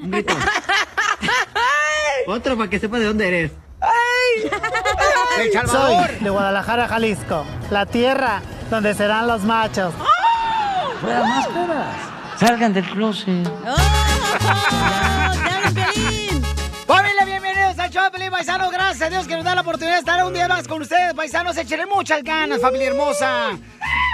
hombrito. Otro para que sepa de dónde eres. ¡Ay! ¡El Salvador! Soy de Guadalajara, Jalisco. La tierra donde serán los machos. Fuera máscaras. Salgan del closet. ¡Familia, bienvenidos al show, de Pelín, paisanos! Gracias a Dios que nos da la oportunidad de estar un día más con ustedes, paisanos. Échenle muchas ganas, familia hermosa.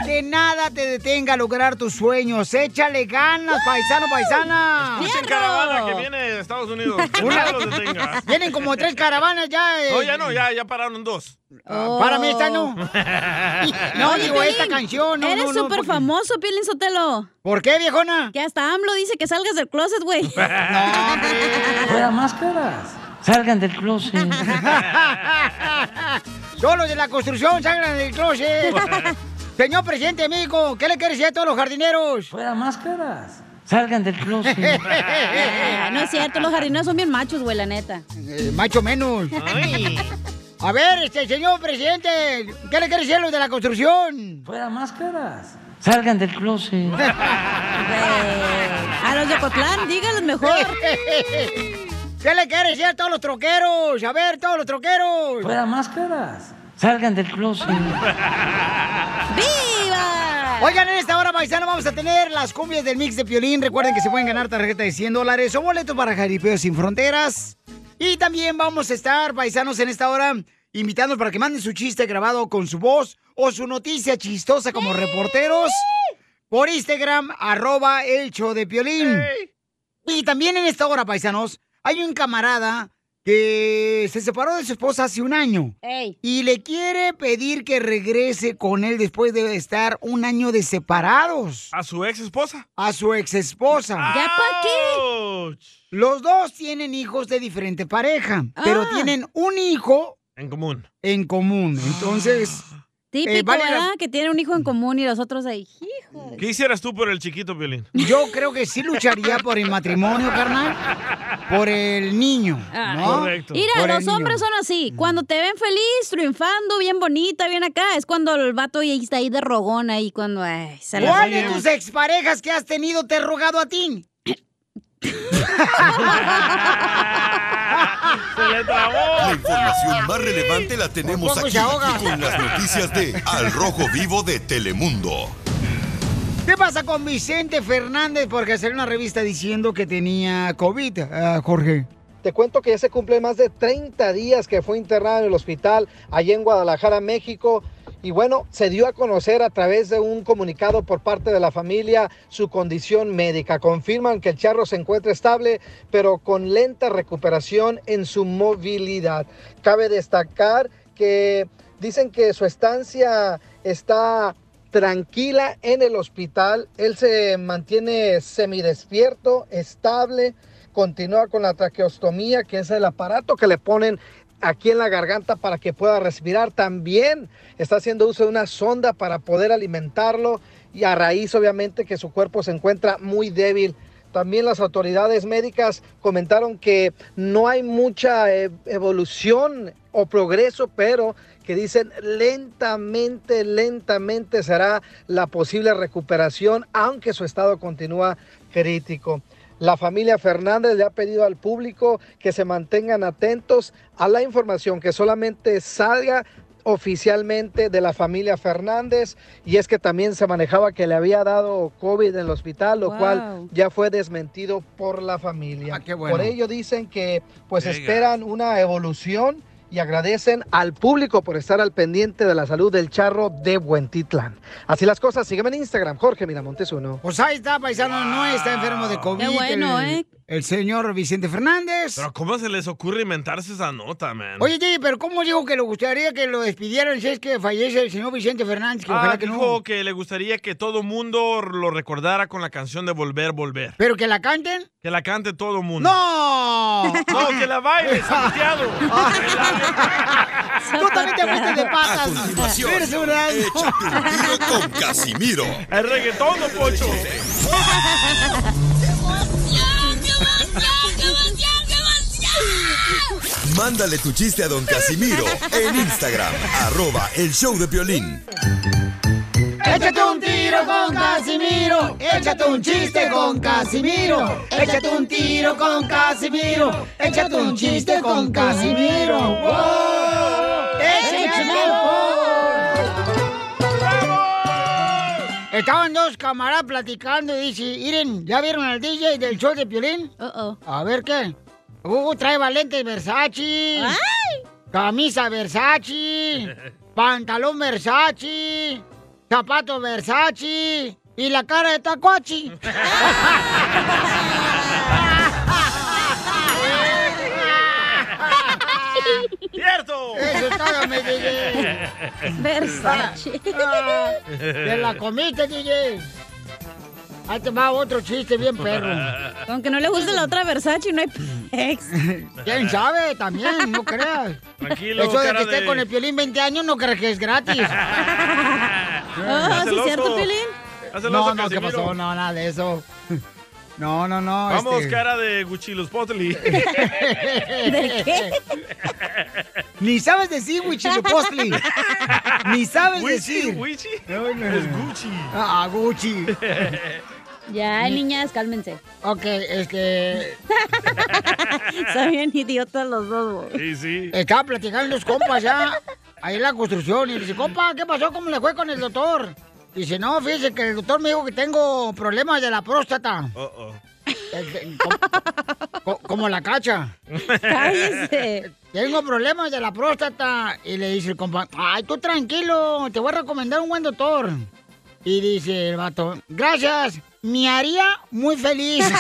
Que nada te detenga a lograr tus sueños. Échale ganas, paisano, paisana. Escuchen caravana Pues que viene de Estados Unidos. Que Una- nada los detenga. Vienen como tres caravanas ya. eh. No, ya no, ya, ya pararon dos. Ah, Para mí esta no. No, Oye, digo, esta Piolín, canción, no, Eres no, no, súper porque- famoso, Piolín Sotelo. ¿Por qué, viejona? Que hasta AMLO dice que salgas del closet, güey. Fuera máscaras. Salgan del closet. Solo de la construcción salgan del closet. Señor presidente de México, ¿qué le quiere decir a todos los jardineros? Fuera máscaras. Salgan del closet. Ah, no es cierto, los jardineros son bien machos, güey, la neta. Eh, macho menos. A ver, este señor presidente, ¿qué le quiere decir a los de la construcción? Fuera máscaras. Salgan del closet. A los de Ocotlán, dígalos mejor. ¿Qué le quiere decir a todos los troqueros? A ver, todos los troqueros. Fuera máscaras. Salgan del closet. ¡Viva! Oigan, en esta hora, paisano, vamos a tener las cumbias del mix de Piolín. Recuerden que se pueden ganar tarjeta de 100 dólares o boleto para Jaripeo Sin Fronteras. Y también vamos a estar, paisanos, en esta hora, invitándolos para que manden su chiste grabado con su voz o su noticia chistosa como reporteros por Instagram, arroba el show de Piolín. Y también en esta hora, paisanos, hay un camarada que se separó de su esposa hace un año Ey. y le quiere pedir que regrese con él después de estar un año de separados ¿A su ex esposa? a su ex esposa. ¿Ya pa' qué? Ouch. Los dos tienen hijos de diferente pareja, pero Ah. tienen un hijo En común. en común. Entonces, Típico, Eh, vale la- ¿verdad? Que tienen un hijo en común y los otros ahí. Hijo. de- ¿Qué hicieras tú por el chiquito, Violín? yo creo que sí lucharía por el matrimonio, carnal, por el niño, Ah. ¿no? Correcto. Mira, Por el los niño. Mm. hombres son así. Cuando te ven feliz, triunfando, bien bonita, bien acá, es cuando el vato ahí está ahí de rogón ahí, cuando ay, se la ¿Cuál de sueña. tus exparejas que has tenido te ha rogado a ti? ¡Se le trabó! La información más relevante la tenemos Por poco aquí Pues, se ahoga. con las noticias de Al Rojo Vivo de Telemundo. ¿Qué pasa con Vicente Fernández? Porque salió una revista diciendo que tenía COVID, ah, Jorge. Te cuento que ya se cumplen más de 30 días que fue internado en el hospital allá en Guadalajara, México. Y bueno, se dio a conocer a través de un comunicado por parte de la familia su condición médica. Confirman que el charro se encuentra estable, pero con lenta recuperación en su movilidad. Cabe destacar que dicen que su estancia está tranquila en el hospital. Él se mantiene semidespierto, estable, continúa con la traqueostomía, que es el aparato que le ponen aquí en la garganta para que pueda respirar. También está haciendo uso de una sonda para poder alimentarlo y a raíz obviamente que su cuerpo se encuentra muy débil. También las autoridades médicas comentaron que no hay mucha eh, evolución o progreso, pero que dicen lentamente, lentamente será la posible recuperación, aunque su estado continúa crítico. La familia Fernández le ha pedido al público que se mantengan atentos a la información que solamente salga oficialmente de la familia Fernández y es que también se manejaba que le había dado COVID en el hospital, lo Wow. cual ya fue desmentido por la familia. Ah, qué bueno. Por ello dicen que pues Venga. esperan una evolución y agradecen al público por estar al pendiente de la salud del charro de Buentitlán. Así las cosas, sígueme en Instagram, Jorge Miramontes uno. Pues ahí está, paisano, no está enfermo de COVID. Qué bueno, el, ¿eh? El señor Vicente Fernández. Pero ¿cómo se les ocurre inventarse esa nota, man? Oye, Jay, pero ¿cómo dijo que le gustaría que lo despidieran si es que fallece el señor Vicente Fernández? Que Ah, ojalá que dijo no. que le gustaría que todo mundo lo recordara con la canción de Volver, Volver. ¿Pero que la canten? Que la cante todo mundo. ¡No! No, que la baile, Santiago. Tú también te fuiste de A patas. continuación, Eres un asno. échate un tiro con Casimiro. El reggaetón, don Pocho. Mándale tu chiste a don Casimiro en Instagram, arroba el show de violín. Échate un tiro tiro con Casimiro, échate un chiste con Casimiro, échate un tiro con Casimiro, échate un chiste con Casimiro. ¡Wow! ¡Échame alcohol! Estaban dos camaradas platicando y dice, Iren, ¿ya vieron al DJ del show de Piolín? A ver qué. Uh, trae valente Versace. Camisa Versace. Pantalón Versace. Zapato Versace. Y la cara de Tacuachi. ¡Cierto! Eso es todo, mi DJ. Versace. Ah, te la comiste, DJ. Ahí te va otro chiste bien perro. Aunque no le guste la otra Versace, no hay ex. ¿Quién sabe? También, no creas. Tranquilo, Eso de que cara esté de- con el Piolín 20 años no creas que es gratis. Ah, Hazlo, é sí, cierto, loco. Pelín. Hazlo, no, oso, no, ¿qué Casimiro. pasó? No, nada de eso. No, no, no. Vamos, este, cara de Guchilos Potli. ¿De qué? Ni sabes decir Wichito Postli. Ni sabes ¿Wichi? decir. ¿Wichi? No, no. Es Gucci. Ah, Gucci. Ya, niñas, cálmense. Ok, este. Son bien idiotas los dos. güey. Sí, sí. Estaba platicando los compas ya, ahí en la construcción, y dice, compa, ¿qué pasó? ¿Cómo le fue con el doctor? Dice, no, fíjese que el doctor me dijo que tengo problemas de la próstata. Oh, oh. El- el- com- co- como, la cacha. Tá Cállese. Tengo problemas de la próstata. Y le dice el compa, ay, tú tranquilo, te voy a recomendar un buen doctor. Y dice el vato, gracias, me haría muy feliz.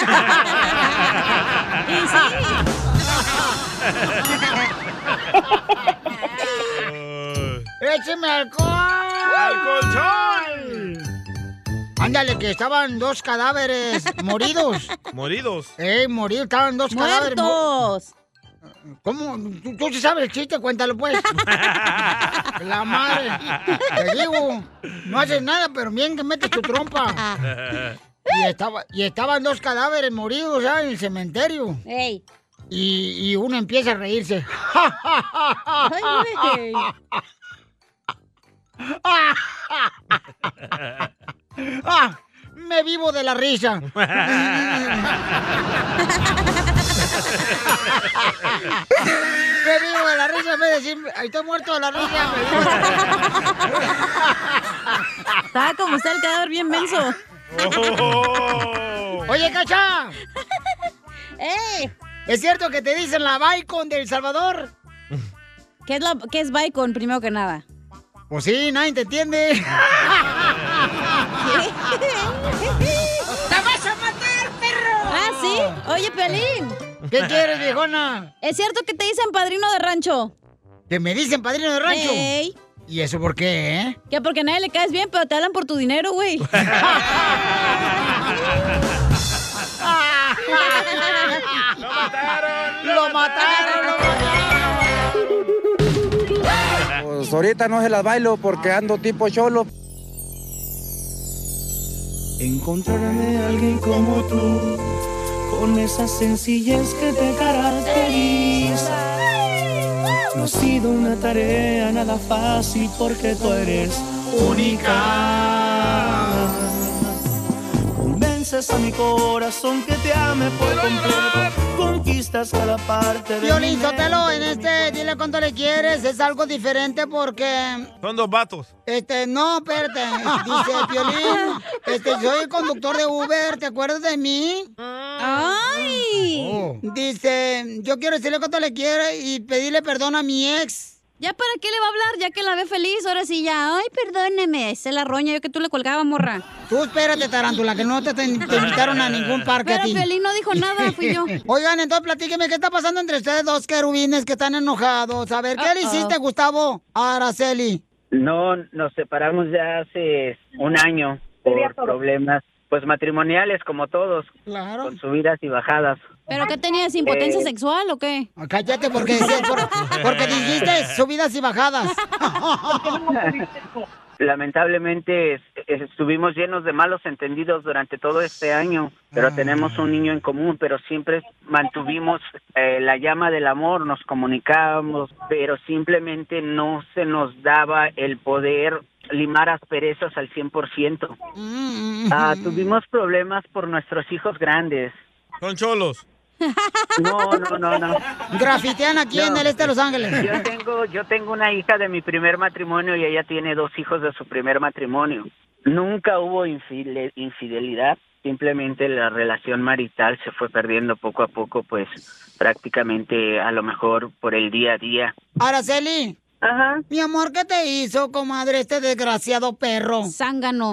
¡Écheme alcohol! ¡Al colchón! Ándale, que estaban dos cadáveres moridos. Moridos. Eh, moridos, estaban dos cadáveres. mo- ¡Muertos! ¿Cómo? ¿Tú, tú sí sabes el chiste, cuéntalo pues. La madre. Te digo, no haces nada, pero bien que metes tu trompa. Y, estaba, y estaban dos cadáveres moridos ya en el cementerio. ¡Ey! Y, y uno empieza a reírse. ¡Ay, güey! ¡Ah! Me vivo de la risa. me vivo de la risa en vez de decir, "Ay, estoy muerto de la risa. me vivo de la risa. Estaba como usted el cadáver bien menso. Oh. Oye, Cacha, ¡Ey! ¿es cierto que te dicen la Baicon del Salvador? ¿Qué es, la, ¿Qué es Bicon, primero que nada? Pues sí, nadie te entiende. ¡Ah, sí! Oye, Pelín. ¿Qué quieres, viejona? ¿Es cierto que te dicen padrino de rancho? Que me dicen padrino de rancho. ¡Ey! ¿Y eso por qué, eh? Que porque a nadie le caes bien, pero te hablan por tu dinero, güey. ¡Lo mataron! ¡Lo mataron! ¡Lo mataron! Pues ahorita no se las bailo porque ando tipo cholo. Encontraré a alguien como tú, con esa sencillez que te caracteriza. No ha sido una tarea nada fácil porque tú eres única. Convences a mi corazón que te ame por completo, conquistas cada parte de mi Violín Sotelo, en este, dile cuánto le quieres, es algo diferente porque Son dos vatos. Este, no, espérate. Dice Piolín, este, soy conductor de Uber, ¿te acuerdas de mí? Oh. ¡Ay! Dice, yo quiero decirle cuánto le quiero y pedirle perdón a mi ex. ¿Ya para qué le va a hablar? Ya que la ve feliz, ahora sí ya. Ay, perdóneme, se la roña yo que tú le colgaba, morra. Tú espérate, tarántula, que no te, te invitaron a ningún parque Pero a ti. Pelín no dijo nada, fui yo. Oigan, entonces platíqueme qué está pasando entre ustedes dos querubines que están enojados. A ver, ¿qué le Uh-oh. hiciste, Gustavo? A Araceli. No, nos separamos ya hace un año por problemas, pues matrimoniales como todos, Claro. con subidas y bajadas. ¿Pero qué tenías, impotencia Eh. sexual o qué? Ah, Cállate porque, decías- por- porque dijiste subidas y bajadas. Lamentablemente es- es- estuvimos llenos de malos entendidos durante todo este año, pero tenemos un niño en común, pero siempre mantuvimos eh, la llama del amor, nos comunicábamos, pero simplemente no se nos daba el poder limar asperezas al 100%. Mm. Ah, tuvimos problemas por nuestros hijos grandes. Son cholos. No, no, no, no. Grafitean aquí en No. el este de Los Ángeles. Yo tengo, yo tengo una hija de mi primer matrimonio y ella tiene dos hijos de su primer matrimonio. Nunca hubo infide- infidelidad, simplemente la relación marital se fue perdiendo poco a poco, pues prácticamente a lo mejor por el día a día. Araceli. Ajá. Mi amor, ¿qué te hizo, comadre, este desgraciado perro? Zángano.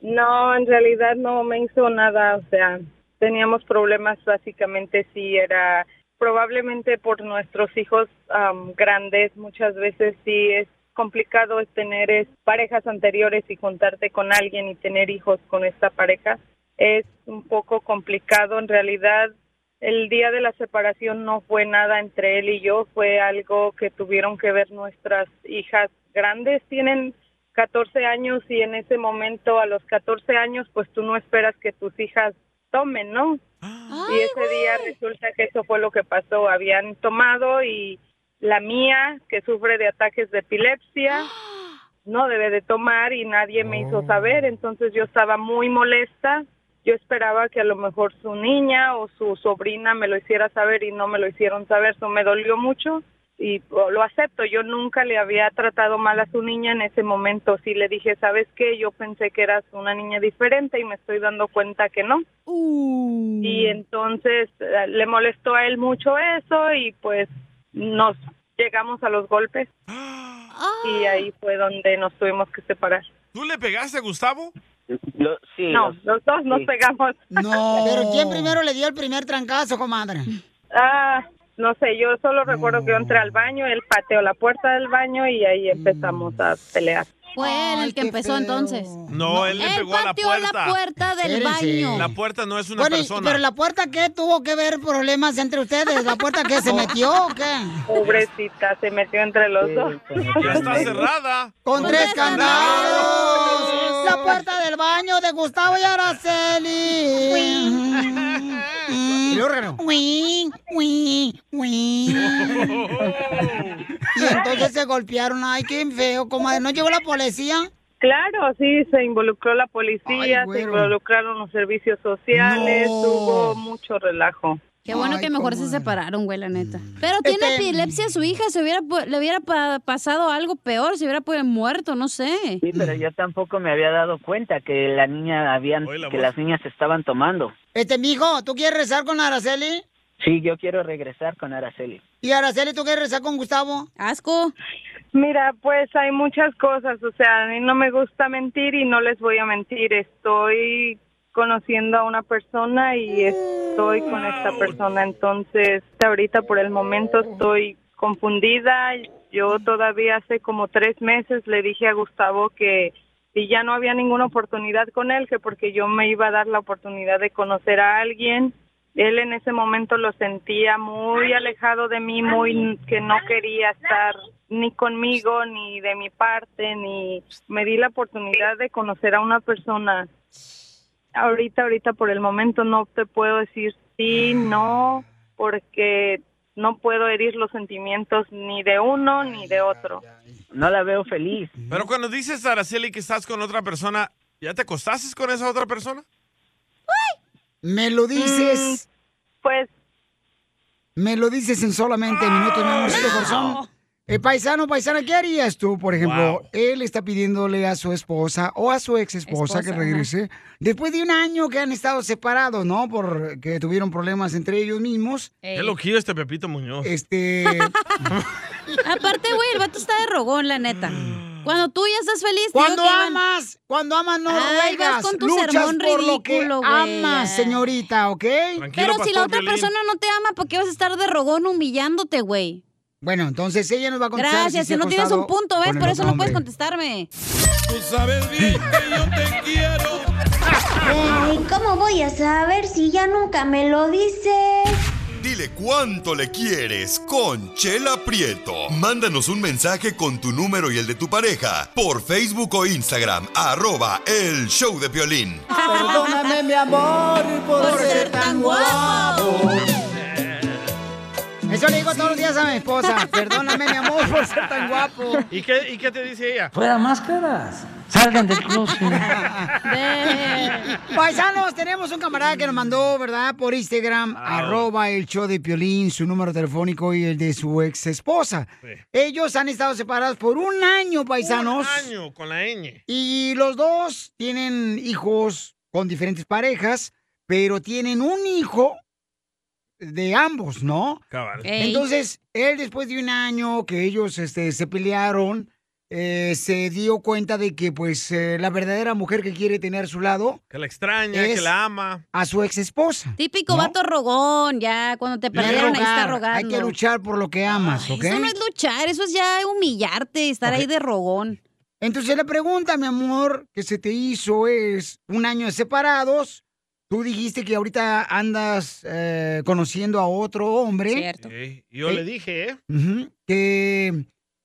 No, en realidad no me hizo nada, o sea, teníamos problemas básicamente sí era probablemente por nuestros hijos am, grandes muchas veces sí es complicado es tener es, parejas anteriores y juntarte con alguien y tener hijos con esta pareja es un poco complicado en realidad el día de la separación no fue nada entre él y yo, fue algo que tuvieron que ver nuestras hijas grandes. Tienen 14 años y en ese momento, a los 14 años, pues tú no esperas que tus hijas tomen, ¿no? y ese día resulta que eso fue lo que pasó. Habían tomado y la mía, que sufre de ataques de epilepsia, no debe de tomar y nadie me hizo saber. Entonces yo estaba muy molesta. Yo esperaba que a lo mejor su niña o su sobrina me lo hiciera saber y no me lo hicieron saber. Eso me dolió mucho y o, lo acepto. Yo nunca le había tratado mal a su niña en ese momento. Sí le dije, ¿sabes qué? Yo pensé que eras una niña diferente y me estoy dando cuenta que no. Uh. Mm. Y entonces eh, le molestó a él mucho eso y pues nos llegamos a los golpes. Y ahí fue donde nos tuvimos que separar. ¿Tú le pegaste a Gustavo? sí. no, los dos nos sí. pegamos. No. Pero ¿quién primero le dio el primer trancazo, comadre? Ah, no sé, yo solo recuerdo que yo entré al baño, él pateó la puerta del baño y ahí Mm. empezamos a pelear. Fue él el que empezó entonces. No, él le él pegó a la pateó la puerta. puerta del Espérense. baño. La puerta no es una Bueno, y- persona. pero la puerta que tuvo que ver problemas entre ustedes, la puerta que se metió o qué? Pobrecita, se metió entre los dos. Ya está cerrada. Con tres candados. La puerta del baño de Gustavo y Araceli. Mm. El órgano. Uy, uy, uy. Y entonces se golpearon. Ay, qué feo. Comadre, ¿no llegó la policía? Claro, sí, se involucró la policía, se involucraron los servicios sociales, hubo mucho relajo. Qué bueno que mejor se separaron, güey, la neta. Pero tiene Este, epilepsia su hija, se hubiera, pu- le hubiera pa- pasado algo peor, se hubiera pues, muerto, no sé. Sí, pero yo tampoco me había dado cuenta que la niña habían, que las niñas estaban tomando. Este, mijo, ¿tú quieres rezar con Araceli? Sí, yo quiero regresar con Araceli. ¿Y Araceli, tú quieres rezar con Gustavo? Asco. Mira, pues hay muchas cosas, o sea, a mí no me gusta mentir y no les voy a mentir. Estoy conociendo a una persona y estoy con esta persona, entonces ahorita por el momento estoy confundida. Yo todavía hace como tres meses le dije a Gustavo que si ya no había ninguna oportunidad con él, que porque yo me iba a dar la oportunidad de conocer a alguien. Él en ese momento lo sentía muy alejado de mí, muy que no quería estar ni conmigo, ni de mi parte, ni me di la oportunidad de conocer a una persona. Ahorita, ahorita por el momento no te puedo decir sí, no, porque no puedo herir los sentimientos ni de uno ni de otro. No la veo feliz. Pero cuando dices, Araceli, que estás con otra persona, ¿ya te acostaste con esa otra persona? Me lo dices. Mm, pues. Me lo dices en solamente minutos, mi amorcito corazón. Eh, paisano, paisana, ¿qué harías tú, por ejemplo? Él está pidiéndole a su esposa o a su ex esposa Esposa, que ajá. regrese después de un año que han estado separados, ¿no? Porque tuvieron problemas entre ellos mismos. Qué loquillo este Pepito Muñoz. Este. Aparte, güey, el vato está de rogón, la neta. Cuando tú ya estás feliz, te Mm. Cuando digo que van- amas, cuando amas no Ay, vas ruegas, con tu luchas sermón por lo que ridículo, güey, amas, ya. señorita, ¿ok? Pero si la otra persona no te ama, ¿por qué vas a estar de rogón humillándote, güey? Bueno, entonces ella nos va a contestar. Gracias, se si ha no tienes un acostado punto, ¿ves? con el Por eso otro no puedes hombre. contestarme. Tú sabes bien que yo te quiero. Ay, ¿cómo voy a saber si ya nunca me lo dices? Dile cuánto le quieres con Chela Prieto. Mándanos un mensaje con tu número y el de tu pareja por Facebook o Instagram, arroba el show de violín. Perdóname, mi amor, por, ser tan guapo. Eso le digo todos los días a esposa, mi esposa. Perdóname, mi amor, por ser tan guapo. ¿Y qué, ¿Y qué te dice ella? Fuera máscaras. Salgan del closet. Paisanos, tenemos un camarada que nos mandó, ¿verdad? Por Ah, Instagram, arroba el show de Piolín, su número telefónico y el de su ex esposa. Sí. Ellos han estado separados por un año, paisanos. Un año con la ñ. Y los dos tienen hijos con diferentes parejas, pero tienen un hijo de ambos, ¿no? Cabal. Ey. Entonces, él después de un año que ellos este, se pelearon, eh, se dio cuenta de que pues eh, la verdadera mujer que quiere tener a su lado Que la extraña, Es- que la ama. a su ex esposa. Típico vato rogón, ya cuando te perdieron ahí está rogando. hay que luchar por lo que amas, ¿ok? Eso no es luchar, eso es ya humillarte, estar ahí de rogón. Entonces la pregunta, mi amor, que se te hizo es, un año de separados, tú dijiste que ahorita andas eh, conociendo a otro hombre. Sí, yo Eh, le dije, ¿eh? ujú, que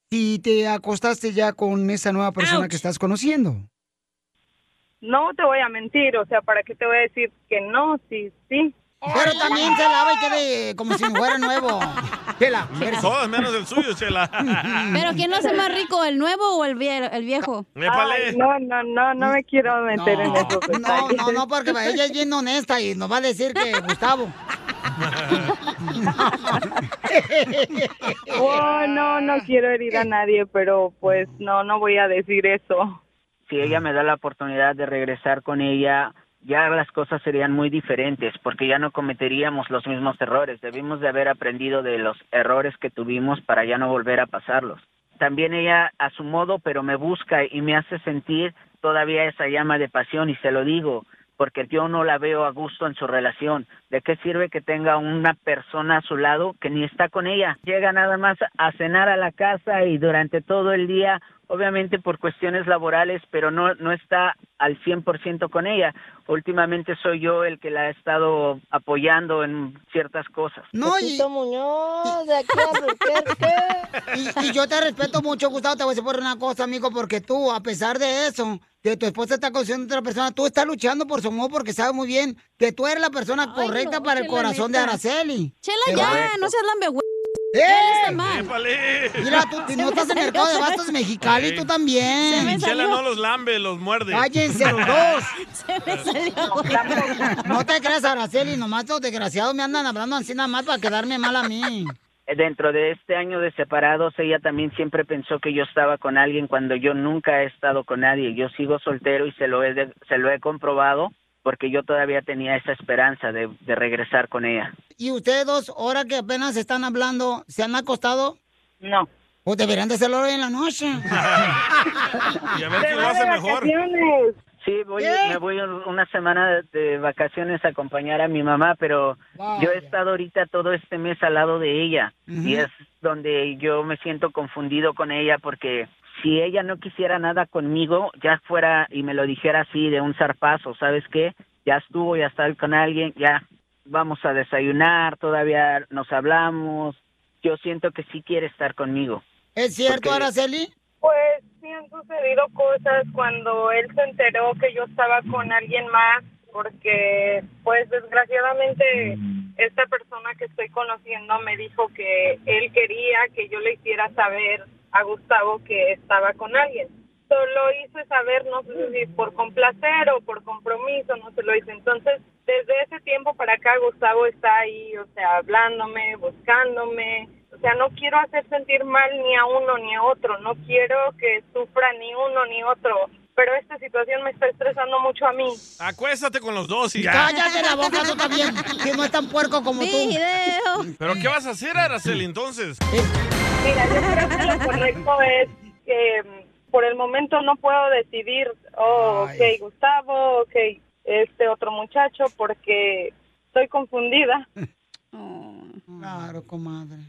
si te acostaste ya con esa nueva persona que estás conociendo. No te voy a mentir, o sea, ¿para qué te voy a decir que no? Sí, sí. Pero también se lava y quede como si fuera nuevo. Chela, Todos menos el suyo, Chela. Pero ¿quién lo hace más rico, el nuevo o el, vie- el viejo? Épale. no, no, no, no me quiero meter en pues. esos No, detalles. no, no, porque ella es bien honesta y nos va a decir que Gustavo. Oh, no, no quiero herir a nadie, pero pues no, no voy a decir eso. si ella me da la oportunidad de regresar con ella, ya las cosas serían muy diferentes, porque ya no cometeríamos los mismos errores. Debimos de haber aprendido de los errores que tuvimos para ya no volver a pasarlos. También ella a su modo, pero me busca y me hace sentir todavía esa llama de pasión y se lo digo, porque yo no la veo a gusto en su relación. ¿De qué sirve que tenga una persona a su lado que ni está con ella? Llega nada más a cenar a la casa y durante todo el día, obviamente por cuestiones laborales, pero no, no está al 100% con ella. Últimamente soy yo el que la ha estado apoyando en ciertas cosas. Pepito Muñoz, y, y yo te respeto mucho, Gustavo, te voy a decir por una cosa, amigo, porque tú, a pesar de eso, que tu esposa está conociendo a otra persona, tú estás luchando por su amor porque sabes muy bien que tú eres la persona correcta no, para el Chela, corazón de neta. Araceli. Chela, Te ya, va- no seas lambe ¡Eh! Él está mal. Mira, tú no estás en el mercado de bastos Mexicali, tú también. Y Chela no los lambe, los muerde. Cállense los dos. Se me salió. No te creas, Araceli, nomás los desgraciados me andan hablando así nada más para quedarme mal a mí. Dentro de este año de separados, ella también siempre pensó que yo estaba con alguien cuando yo nunca he estado con nadie. Yo sigo soltero y se lo he, de- se lo he comprobado porque yo todavía tenía esa esperanza de, de regresar con ella. ¿Y ustedes dos, ahora que apenas están hablando, se han acostado? No. O deberían de hacerlo hoy en la noche. Y a ver Se quién lo va de hace mejor. vacaciones. Sí, voy, ¿Qué? me voy un- una semana de vacaciones a acompañar a mi mamá, pero yo he estado ahorita todo este mes al lado de ella y Ujú. es donde yo me siento confundido con ella porque si ella no quisiera nada conmigo, ya fuera y me lo dijera así de un zarpazo, ¿sabes qué? Ya estuvo, ya está con alguien, ya vamos a desayunar, todavía nos hablamos. Yo siento que sí quiere estar conmigo. ¿Es cierto, Porque- Araceli? Pues sí han sucedido cosas cuando él se enteró que yo estaba con alguien más, porque pues desgraciadamente esta persona que estoy conociendo me dijo que él quería que yo le hiciera saber a Gustavo que estaba con alguien. Solo hice saber, no sé si por complacer o por compromiso, no se lo hice. Entonces, desde ese tiempo para acá Gustavo está ahí, o sea, hablándome, buscándome, o sea, no quiero hacer sentir mal ni a uno ni a otro. No quiero que sufra ni uno ni otro. Pero esta situación me está estresando mucho a mí. Acuéstate con los dos y ya. Cállate la boca tú también, que no es tan puerco como tú. ¿Pero qué vas a hacer, Araceli, entonces? Mira, yo creo que lo correcto es que mm, por el momento no puedo decidir, oh, ok, Gustavo, ok, este otro muchacho, porque estoy confundida. Claro, comadre.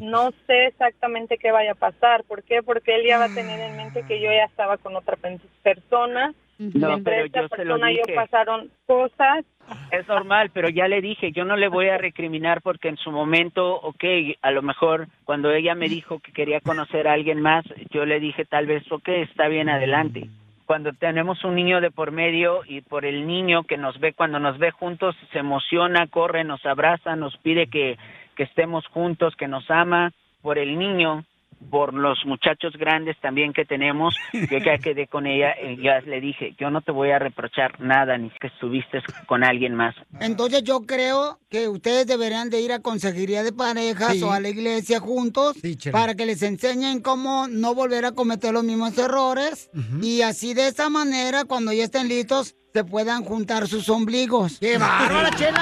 No sé exactamente qué vaya a pasar. ¿Por qué? Porque él ya va a tener en mente que yo ya estaba con otra pen- persona. No, Entre pero esta yo se lo persona y yo dije. pasaron cosas. Es normal, pero ya le dije, yo no le voy a recriminar porque en su momento, ok, a lo mejor cuando ella me dijo que quería conocer a alguien más, yo le dije tal vez, ok, está bien, adelante. Cuando tenemos un niño de por medio y por el niño que nos ve, cuando nos ve juntos, se emociona, corre, nos abraza, nos pide que, que estemos juntos, que nos ama. por el niño, por los muchachos grandes también que tenemos. Yo ya quedé con ella, eh, ya le dije, yo no te voy a reprochar nada, ni que estuviste con alguien más. Entonces yo creo que ustedes deberían de ir a consejería de parejas Sí. o a la iglesia juntos para que les enseñen cómo no volver a cometer los mismos errores y así de esa manera cuando ya estén listos se puedan juntar sus ombligos. ¡Qué bárbara, chela!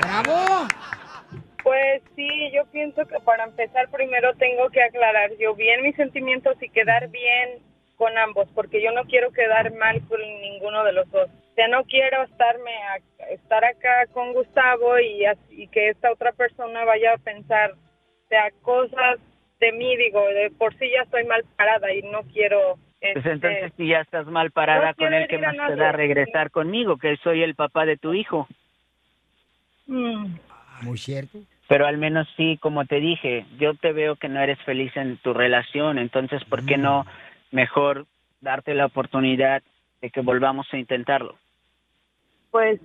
¡Bravo! Pues sí, yo pienso que para empezar primero tengo que aclarar yo bien mis sentimientos y quedar bien con ambos, porque yo no quiero quedar mal con ninguno de los dos. O sea, no quiero estarme a- estar acá con Gustavo y, as- y que esta otra persona vaya a pensar, o sea, cosas de mí, digo, de por sí ya estoy mal parada y no quiero... Pues este, entonces si ya estás mal parada No con quiero él, ¿qué herir a más te nadie. da regresar conmigo? Que soy el papá de tu hijo. mm, Muy cierto. Pero al menos sí, como te dije, yo te veo que no eres feliz en tu relación, entonces ¿por Mm. qué no mejor darte la oportunidad de que volvamos a intentarlo? pues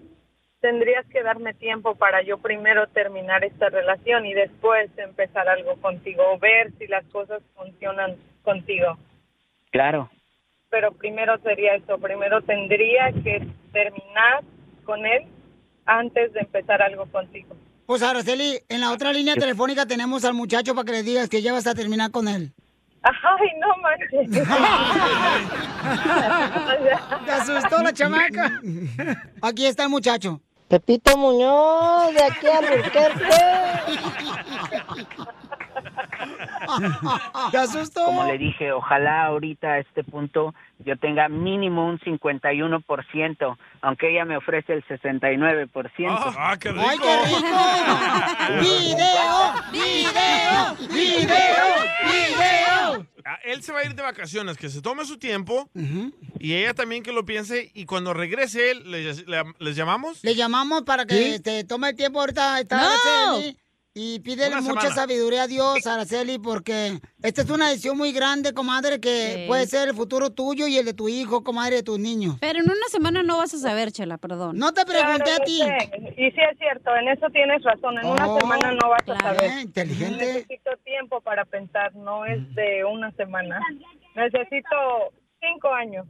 tendrías que darme tiempo para yo primero terminar esta relación y después empezar algo contigo, o ver si las cosas funcionan contigo. Claro. Pero primero sería eso, primero tendría que terminar con él antes de empezar algo contigo. Pues Araceli, en la otra línea telefónica tenemos al muchacho para que le digas que ya vas a terminar con él. Ay, no manches. Te asustó la chamaca. Aquí está el muchacho. Pepito Muñoz, de aquí a Burquerque. ¿Te asustó? Como le dije, ojalá ahorita a este punto yo tenga mínimo un 51%, aunque ella me ofrece el 69%. ¡Ah, qué rico! ¡Ay, qué rico! ¡Video! ¡Video! ¡Video! ¡Video! Ah, Él se va a ir de vacaciones, que se tome su tiempo y ella también que lo piense y cuando regrese él, ¿les, le- les llamamos? Le llamamos para que este, tome el tiempo ahorita. Está No. Araceli. Y pídele Una mucha semana. sabiduría a Dios, Araceli, porque esta es una decisión muy grande, comadre, que Sí. puede ser el futuro tuyo y el de tu hijo, comadre, de tus niños. Pero en una semana no vas a saber, Chela, perdón. No te pregunté Claro, a ti. Oh, yo sé. Y sí es cierto, en eso tienes razón. En una semana no vas a saber. Ah, inteligente. Necesito tiempo para pensar, no es de una semana. Necesito cinco años.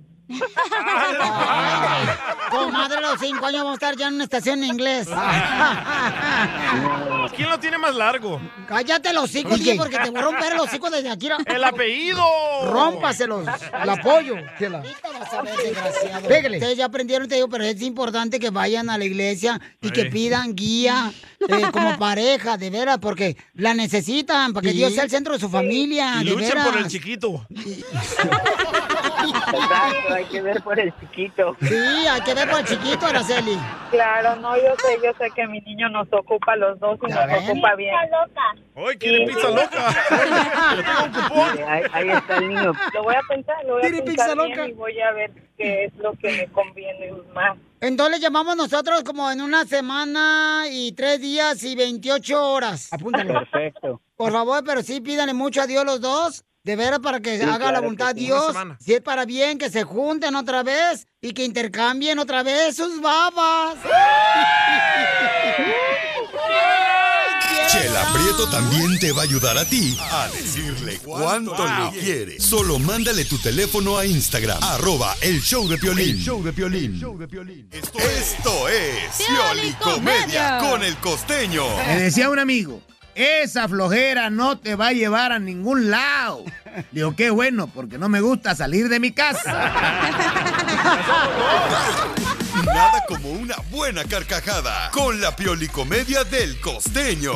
Comadre, a los cinco años vamos a estar ya en una estación de inglés. ¿Quién lo tiene más largo? Cállate los hijos, Oye. DJ, porque te voy a romper los hijos desde aquí. ¡El apellido! Rómpaselos. El apoyo. Chela. Desgraciado. Pégale. Ustedes ya aprendieron, te digo, pero es importante que vayan a la iglesia y Sí. que pidan guía eh, como pareja, de veras, porque la necesitan para que Sí. Dios sea el centro de su familia, Ah, Y de luchen veras. por el chiquito. Exacto, hay que ver por el chiquito. Sí, hay que ver por el chiquito, Araceli. Claro, no, yo sé, yo sé que mi niño nos ocupa a los dos y nos ocupa bien. ¡Ay, quiere pizza loca! ahí, ahí está el niño. Lo voy a pensar, lo voy a Tiene pensar pizza bien loca. y voy a ver qué es lo que me conviene más. Entonces llamamos nosotros como en una semana y tres días y 28 horas. Apúntalo. Perfecto. Por favor, pero sí pídanle mucho a Dios los dos. De veras, para que Sí, haga la claro que voluntad de sí. Una Dios. semana. Si es para bien, que se junten otra vez y que intercambien otra vez sus babas. Chela Prieto también te va a ayudar a ti a decirle cuánto le quiere. Solo mándale tu teléfono a Instagram, arroba el show de Piolín. El show de Esto, esto es Pioli Comedia con el costeño. Me decía un amigo, esa flojera no te va a llevar a ningún lado. Digo, qué bueno, porque no me gusta salir de mi casa. Nada como una buena carcajada con la Pioli Comedia del costeño.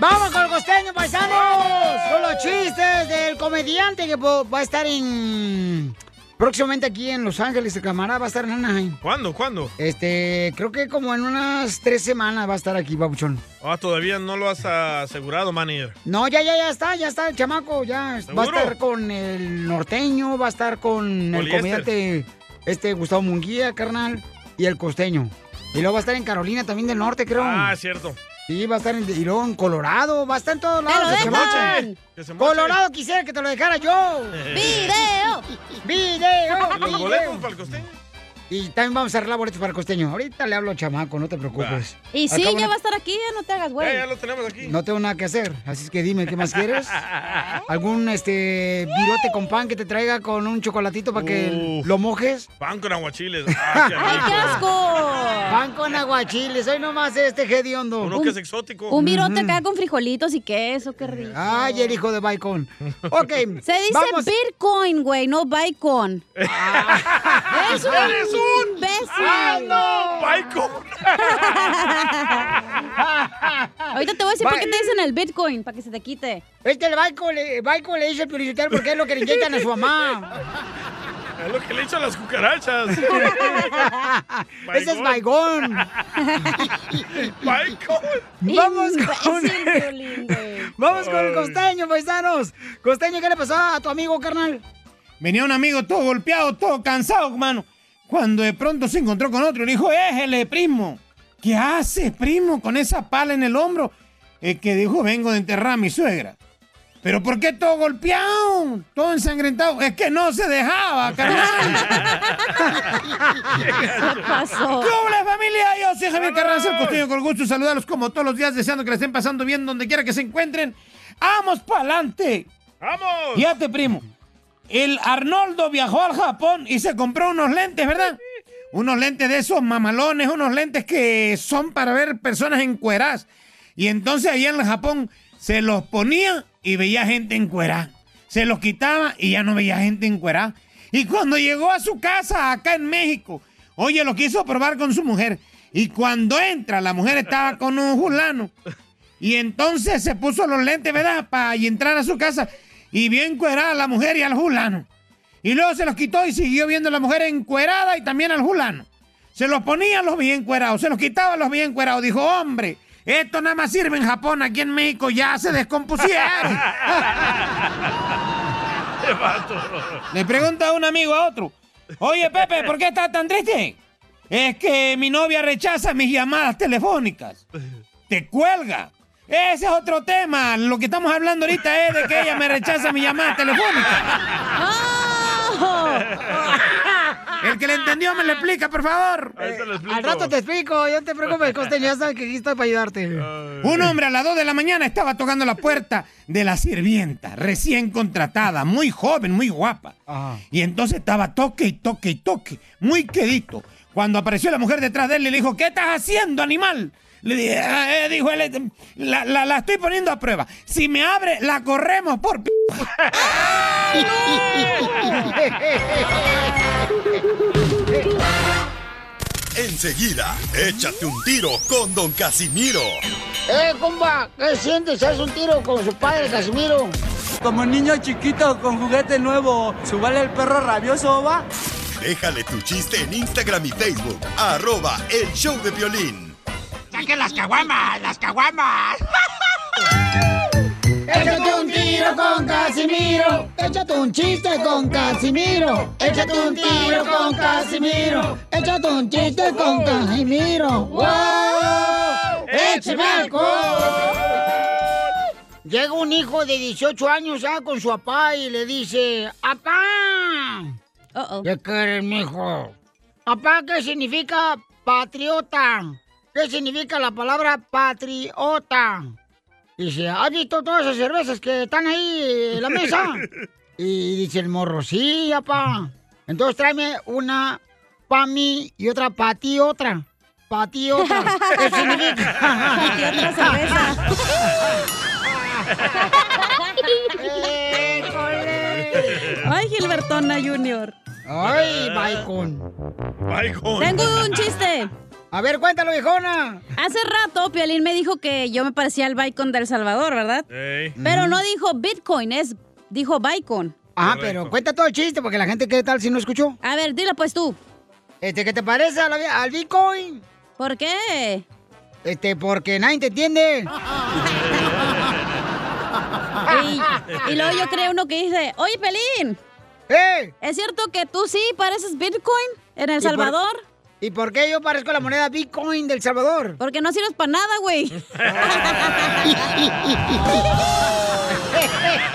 ¡Vamos con el costeño, paisanos! Con los chistes del comediante que po- va a estar en... Próximamente aquí en Los Ángeles, el camarada va a estar en Anaheim. ¿Cuándo? ¿Cuándo? Este, creo que como en unas tres semanas va a estar aquí, babuchón. Ah, todavía no lo has asegurado, manager. No, ya, ya, ya está, ya está el chamaco, ya. Va a estar con el norteño, va a estar con el Poliéster. comediante este Gustavo Munguía, carnal, y el costeño. Y luego va a estar en Carolina también del norte, creo. Ah, cierto. Sí, va a estar en, y luego en Colorado, va a estar en todos lados. lo el dejan! chamaco. ¡Que se moche! Colorado quisiera que te lo dejara yo. ¡Video! ¡Video! ¿Y los video. boletos para el costeño? Y también vamos a arreglar boletos para el costeño. Ahorita le hablo chamaco, no te preocupes. Y sí, Acabo ya no- va a estar aquí, ya no te hagas, güey. Ya, ya lo tenemos aquí. No tengo nada que hacer, así es que dime, ¿qué más quieres? ¿Algún este virote con pan que te traiga con un chocolatito para que Uf. lo mojes? Pan con aguachiles. Ah, qué rico. Pan con aguachiles, hoy nomás este hediondo. Uno que es exótico. Un virote acá con frijolitos y queso, qué rico. Ay, el hijo de Bitcoin. Ok. Se dice Bitcoin, güey, no Bitcoin. ¡Es un ¡Eres un imbécil! ¡Ah, no! Ahorita te voy a decir por qué te dicen el Bitcoin, para que se te quite. Este el Bitcoin, le- Bitcoin le dice el publicitario porque es lo que le inyectan a su mamá. Es lo que le echan las cucarachas. Ese es Baigón. Vamos con, eh. Vamos con el costeño, paisanos. Costeño, ¿qué le pasó a tu amigo, carnal? Venía un amigo todo golpeado, todo cansado, hermano. Cuando de pronto se encontró con otro, le dijo, éjele, primo. ¿Qué haces, primo, con esa pala en el hombro? El que dijo, vengo de enterrar a mi suegra. ¿Pero por qué todo golpeado? Todo ensangrentado. Es que no se dejaba, carnal. ¿Qué pasó? ¿Qué hola, familia? Yo soy Javier Carranza, el costeño, con gusto saludarlos como todos los días, deseando que la estén pasando bien donde quiera que se encuentren. ¡Vamos pa'lante! ¡Vamos! Fíjate, primo. El Arnoldo viajó al Japón y se compró unos lentes, ¿verdad? Unos lentes de esos mamalones, unos lentes que son para ver personas encueradas. Y entonces allá en el Japón se los ponía y veía gente encuerada. Se los quitaba y ya no veía gente encuerada. Y cuando llegó a su casa acá en México, oye, lo quiso probar con su mujer. Y cuando entra, la mujer estaba con un fulano. Y entonces se puso los lentes, ¿verdad? Para entrar a su casa. Y vio encuerada a la mujer y al fulano. Y luego se los quitó y siguió viendo a la mujer encuerada y también al fulano. Se los ponía, los bien encuerados. Se los quitaba, los bien encuerados. Dijo, hombre, esto nada más sirve en Japón. Aquí en México ya se descompusieron. ¡Qué vato! Le pregunta un amigo a otro. Oye, Pepe, ¿por qué estás tan triste? Es que mi novia rechaza mis llamadas telefónicas. Te cuelga. Ese es otro tema. Lo que estamos hablando ahorita es de que ella me rechaza mis llamadas telefónicas. ¡Ah! El que le entendió me lo explica, por favor. Eh, Al rato te explico, yo te preocupes, costeño, ya sabes que aquí estoy para ayudarte. Un hombre a las 2 de la mañana estaba tocando la puerta de la sirvienta, recién contratada, muy joven, muy guapa. Y entonces estaba toque y toque y toque, muy quedito. Cuando apareció la mujer detrás de él, le dijo, ¿qué estás haciendo, animal? Le di- "Ah, eh", dijo él, la, la- la estoy poniendo a prueba. Si me abre, la corremos por... p-". Enseguida, échate un tiro con Don Casimiro. ¡Eh, comba! ¿Qué sientes? ¿Haz un tiro con su padre, Casimiro? Como niño chiquito con juguete nuevo, ¿subale el perro rabioso, va? Déjale tu chiste en Instagram y Facebook, arroba el show de violín. ¡Saquen las caguamas! ¡Las caguamas! Échate un tiro con Casimiro. Échate un chiste con Casimiro. Échate un tiro con Casimiro. Échate un chiste con Casimiro. ¡Wow! ¡Échame alcohol! Llega un hijo de 18 años ya con su papá y le dice: ¡Apá! ¿Qué quieres, mijo? Papá, ¿qué significa patriota? ¿Qué significa la palabra patriota? Dice, ¿has visto todas esas cervezas que están ahí en la mesa? Y dice el morro, sí, papá. Entonces tráeme una pa' mí y otra pa' ti otra. Pa' ti otra. ¿Qué significa? otra Ay, Gilbertona Junior. Ay, Baikon. Baikon. Tengo un chiste. A ver, cuéntalo, viejona. Hace rato Piolín me dijo que yo me parecía al Bitcoin del Salvador, ¿verdad? Eh. Pero no dijo Bitcoin, es dijo Bitcoin. Ajá, Ah, pero cuenta todo el chiste porque la gente, ¿qué tal si no escuchó? A ver, dilo pues tú. Este, ¿qué te parece a la vi- al Bitcoin? ¿Por qué? Este, porque nadie te entiende. Y, y luego yo creo uno que dice, oye, Pelín. ¿Es cierto que tú sí pareces Bitcoin en El ¡Eh! ¿Y por- Salvador? ¿Y por qué yo parezco la moneda Bitcoin del Salvador? Porque no sirves para nada, güey.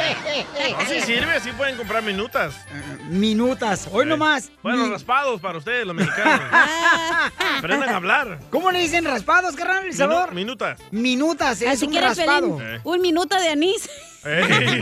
No, sí sirve, sí pueden comprar minutas. Minutas, hoy nomás. Bueno, raspados para ustedes, los mexicanos. Ah. Aprendan a hablar. ¿Cómo le dicen raspados, carnal, El Minu- Salvador? Minutas. Minutas, es Así un que era raspado. Pelín, un minuto de anís. Ey,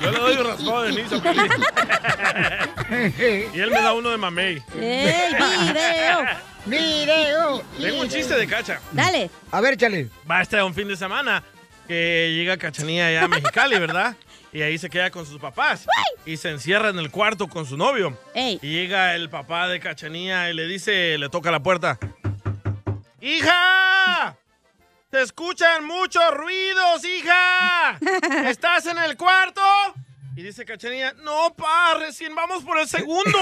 yo le doy un raspado de Nisa Y él me da uno de mamey. ¡Ey, video! ¡Video! Tengo un chiste de cacha. Dale. A ver, chale. Va a estar un fin de semana que llega Cachanía allá a Mexicali, ¿verdad? Y ahí se queda con sus papás. Y se encierra en el cuarto con su novio. Ey. Y llega el papá de Cachanía y le dice, le toca la puerta. ¡Hija! ¡Se escuchan muchos ruidos, hija! ¿Estás en el cuarto? Y dice Cachanía, no, pa, recién vamos por el segundo.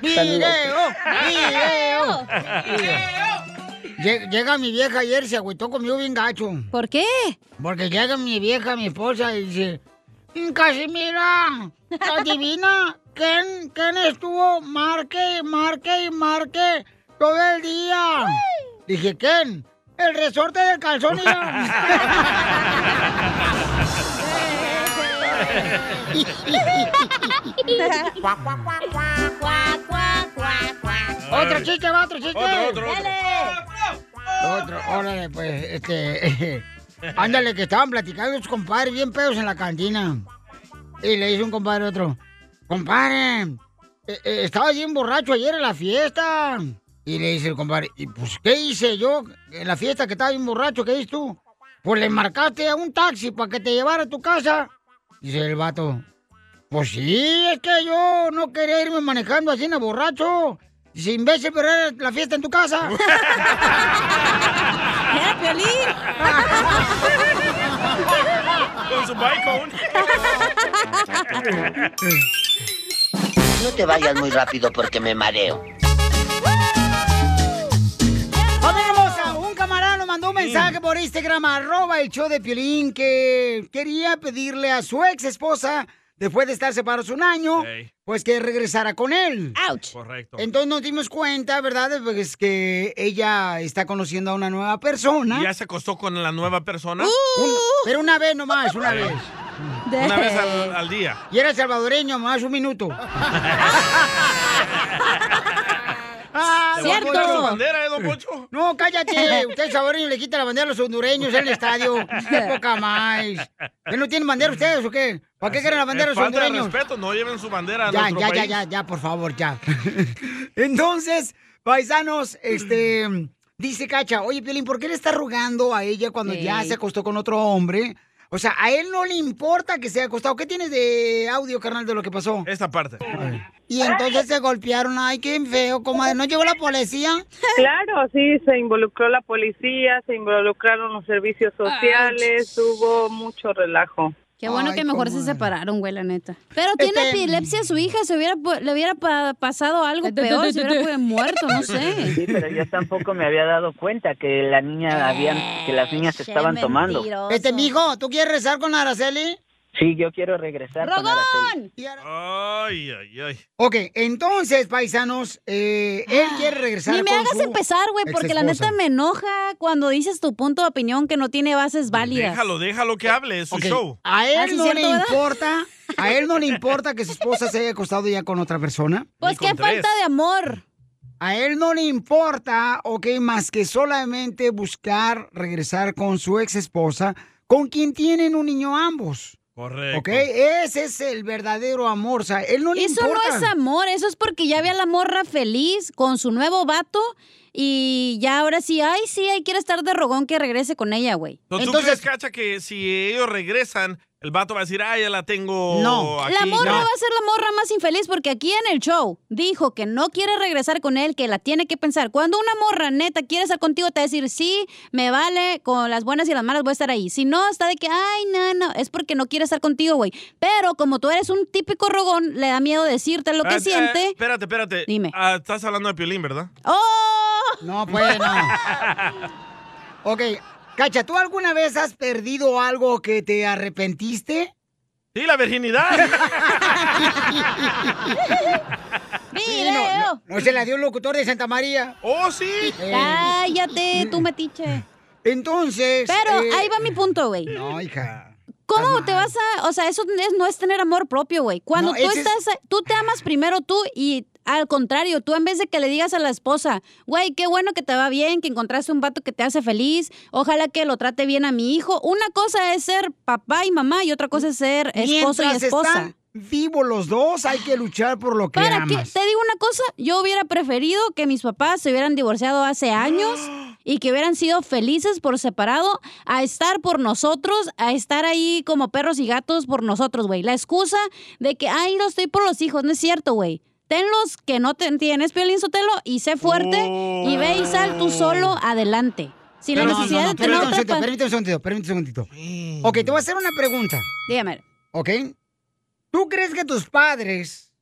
¡Video! ¡Video! Lle- Llega mi vieja ayer, se agüitó conmigo bien gacho. ¿Por qué? Porque llega mi vieja, mi esposa, y dice... "Mm, Casimira, adivina, ¿quién, ¿quién estuvo marque, y marque y marque todo el día? Dije, ¿quién? El resorte del calzón, hija". Otro chiste, va, otro chiste. Otro, otro, otro. Otro, órale, pues, este. Ándale, que estaban platicando sus compadres bien pedos en la cantina. Y le dice un compadre a otro: Compadre, eh, eh, estaba bien borracho ayer en la fiesta. Y le dice el compadre: ¿Y pues qué hice yo en la fiesta que estaba bien borracho? ¿Qué dices tú? Pues le marcaste a un taxi para que te llevara a tu casa. Dice el vato: Pues sí, es que yo no quería irme manejando así, na, borracho. Dice, imbécil, pero era la fiesta en tu casa. ¿Eh, ¡Era Ah, Con su bicón. No te vayas muy rápido porque me mareo. ¡Familia hermosa! Un camarada nos mandó un mensaje por Instagram, arroba el show de Piolín, que quería pedirle a su ex esposa, después de estar separados un año, Ey. pues que regresara con él. Correcto. Entonces nos dimos cuenta, ¿verdad? De- Pues que ella está conociendo a una nueva persona. Y ya se acostó con la nueva persona. Un- pero una vez nomás, una Sí. vez. Una vez al, al día. Y era salvadoreño, más un minuto. Ah, ¿Le va a don quitar Poncho. su bandera, eh, don Poncho? No, cállate. Usted es salvadoreño le quita la bandera a los hondureños en el estadio. ¡Qué poca más! ¿Que no tienen bandera ustedes o qué? ¿Para qué quieren la bandera a Es los falta de hondureños? respeto, no lleven su bandera a Ya, nuestro ya, ya, país. ya, ya, por favor, ya. Entonces, paisanos, este. Dice Cacha, oye, Piolín, ¿por qué le está rogando a ella cuando ya Ey. se acostó con otro hombre? O sea, a él no le importa que se haya acostado. ¿Qué tienes de audio, carnal, de lo que pasó? Esta parte. Y entonces se golpearon. Ay, qué feo, comadre. ¿No llegó la policía? Claro, sí, se involucró la policía, se involucraron los servicios sociales, hubo mucho relajo. Qué bueno que mejor se separaron, güey, la neta. Pero tiene Este, epilepsia su hija, se hubiera, pu- le hubiera pa- pasado algo peor, se hubiera pu- muerto, no sé. Sí, pero yo tampoco me había dado cuenta que la niña habían, que las niñas estaban tomando. Este, mijo, ¿tú quieres rezar con Araceli? Sí, yo quiero regresar con Araceli. Y ahora- Ay, ay, ay. Ok, entonces, paisanos, eh, él quiere regresar Ah, Ni me con hagas su empezar, güey, porque la exesposa. neta me enoja cuando dices tu punto de opinión que no tiene Pues bases válidas. Déjalo, déjalo que hable, es su Ok, show. A Ah, sí, él no cierto, le ¿verdad? importa, a él no le importa que su esposa se haya acostado ya con otra persona. Pues qué falta de amor. A él no le importa, ok, más que solamente buscar regresar con su ex esposa, con quien tienen un niño ambos. Correcto. Ok, ese es el verdadero amor. O sea, él no le Eso importa. no es amor, eso es porque ya había la morra feliz con su nuevo vato y ya ahora sí, ay, sí, ahí quiere estar de rogón que regrese con ella, güey. ¿Tú, tú crees, Cacha, que si ellos regresan, el vato va a decir, ah, ya la tengo aquí? la morra ya"? va a ser la morra más infeliz porque aquí en el show dijo que no quiere regresar con él, que la tiene que pensar. Cuando una morra neta quiere estar contigo, te va a decir, sí, me vale, con las buenas y las malas voy a estar ahí. Si no, está de que, ay, no, no, es porque no quiere estar contigo, güey. Pero como tú eres un típico rogón, le da miedo decirte lo que Ah, eh, siente. espérate, espérate. Dime. Ah, estás hablando de Piolín, ¿verdad? ¡Oh! No, pues no. Ok, Cacha, ¿tú alguna vez has perdido algo que te arrepentiste? Sí, la virginidad. Sí, no, no, no se la dio el locutor de Santa María. Eh. ¡Oh, sí! Cállate, tú metiche. Entonces. Pero eh, ahí va mi punto, güey. No, hija. ¿Cómo te vas a.? O sea, eso es- no es tener amor propio, güey. Cuando No, tú ese es- estás. Tú te amas primero tú y. Al contrario, tú en vez de que le digas a la esposa, güey, qué bueno que te va bien, que encontraste un vato que te hace feliz, ojalá que lo trate bien a mi hijo. Una cosa es ser papá y mamá y otra cosa es ser esposo mientras y esposa. Están vivos los dos, hay que luchar por lo que Para que amas. te digo una cosa, yo hubiera preferido que mis papás se hubieran divorciado hace años y que hubieran sido felices por separado a estar por nosotros, a estar ahí como perros y gatos por nosotros, güey. La excusa de que, ay, no estoy por los hijos, no es cierto, güey. Tenlos que no te tienes, Piolín Sotelo, y sé fuerte y ve y sal tú solo adelante. Sin Oh. Pero la no, necesidad no, no, de tener permíteme un otra... segundito, pa- Permíteme un segundito, permíteme un segundito. Ok, te voy a hacer una pregunta, Dígame. ¿ok? ¿Tú crees que tus padres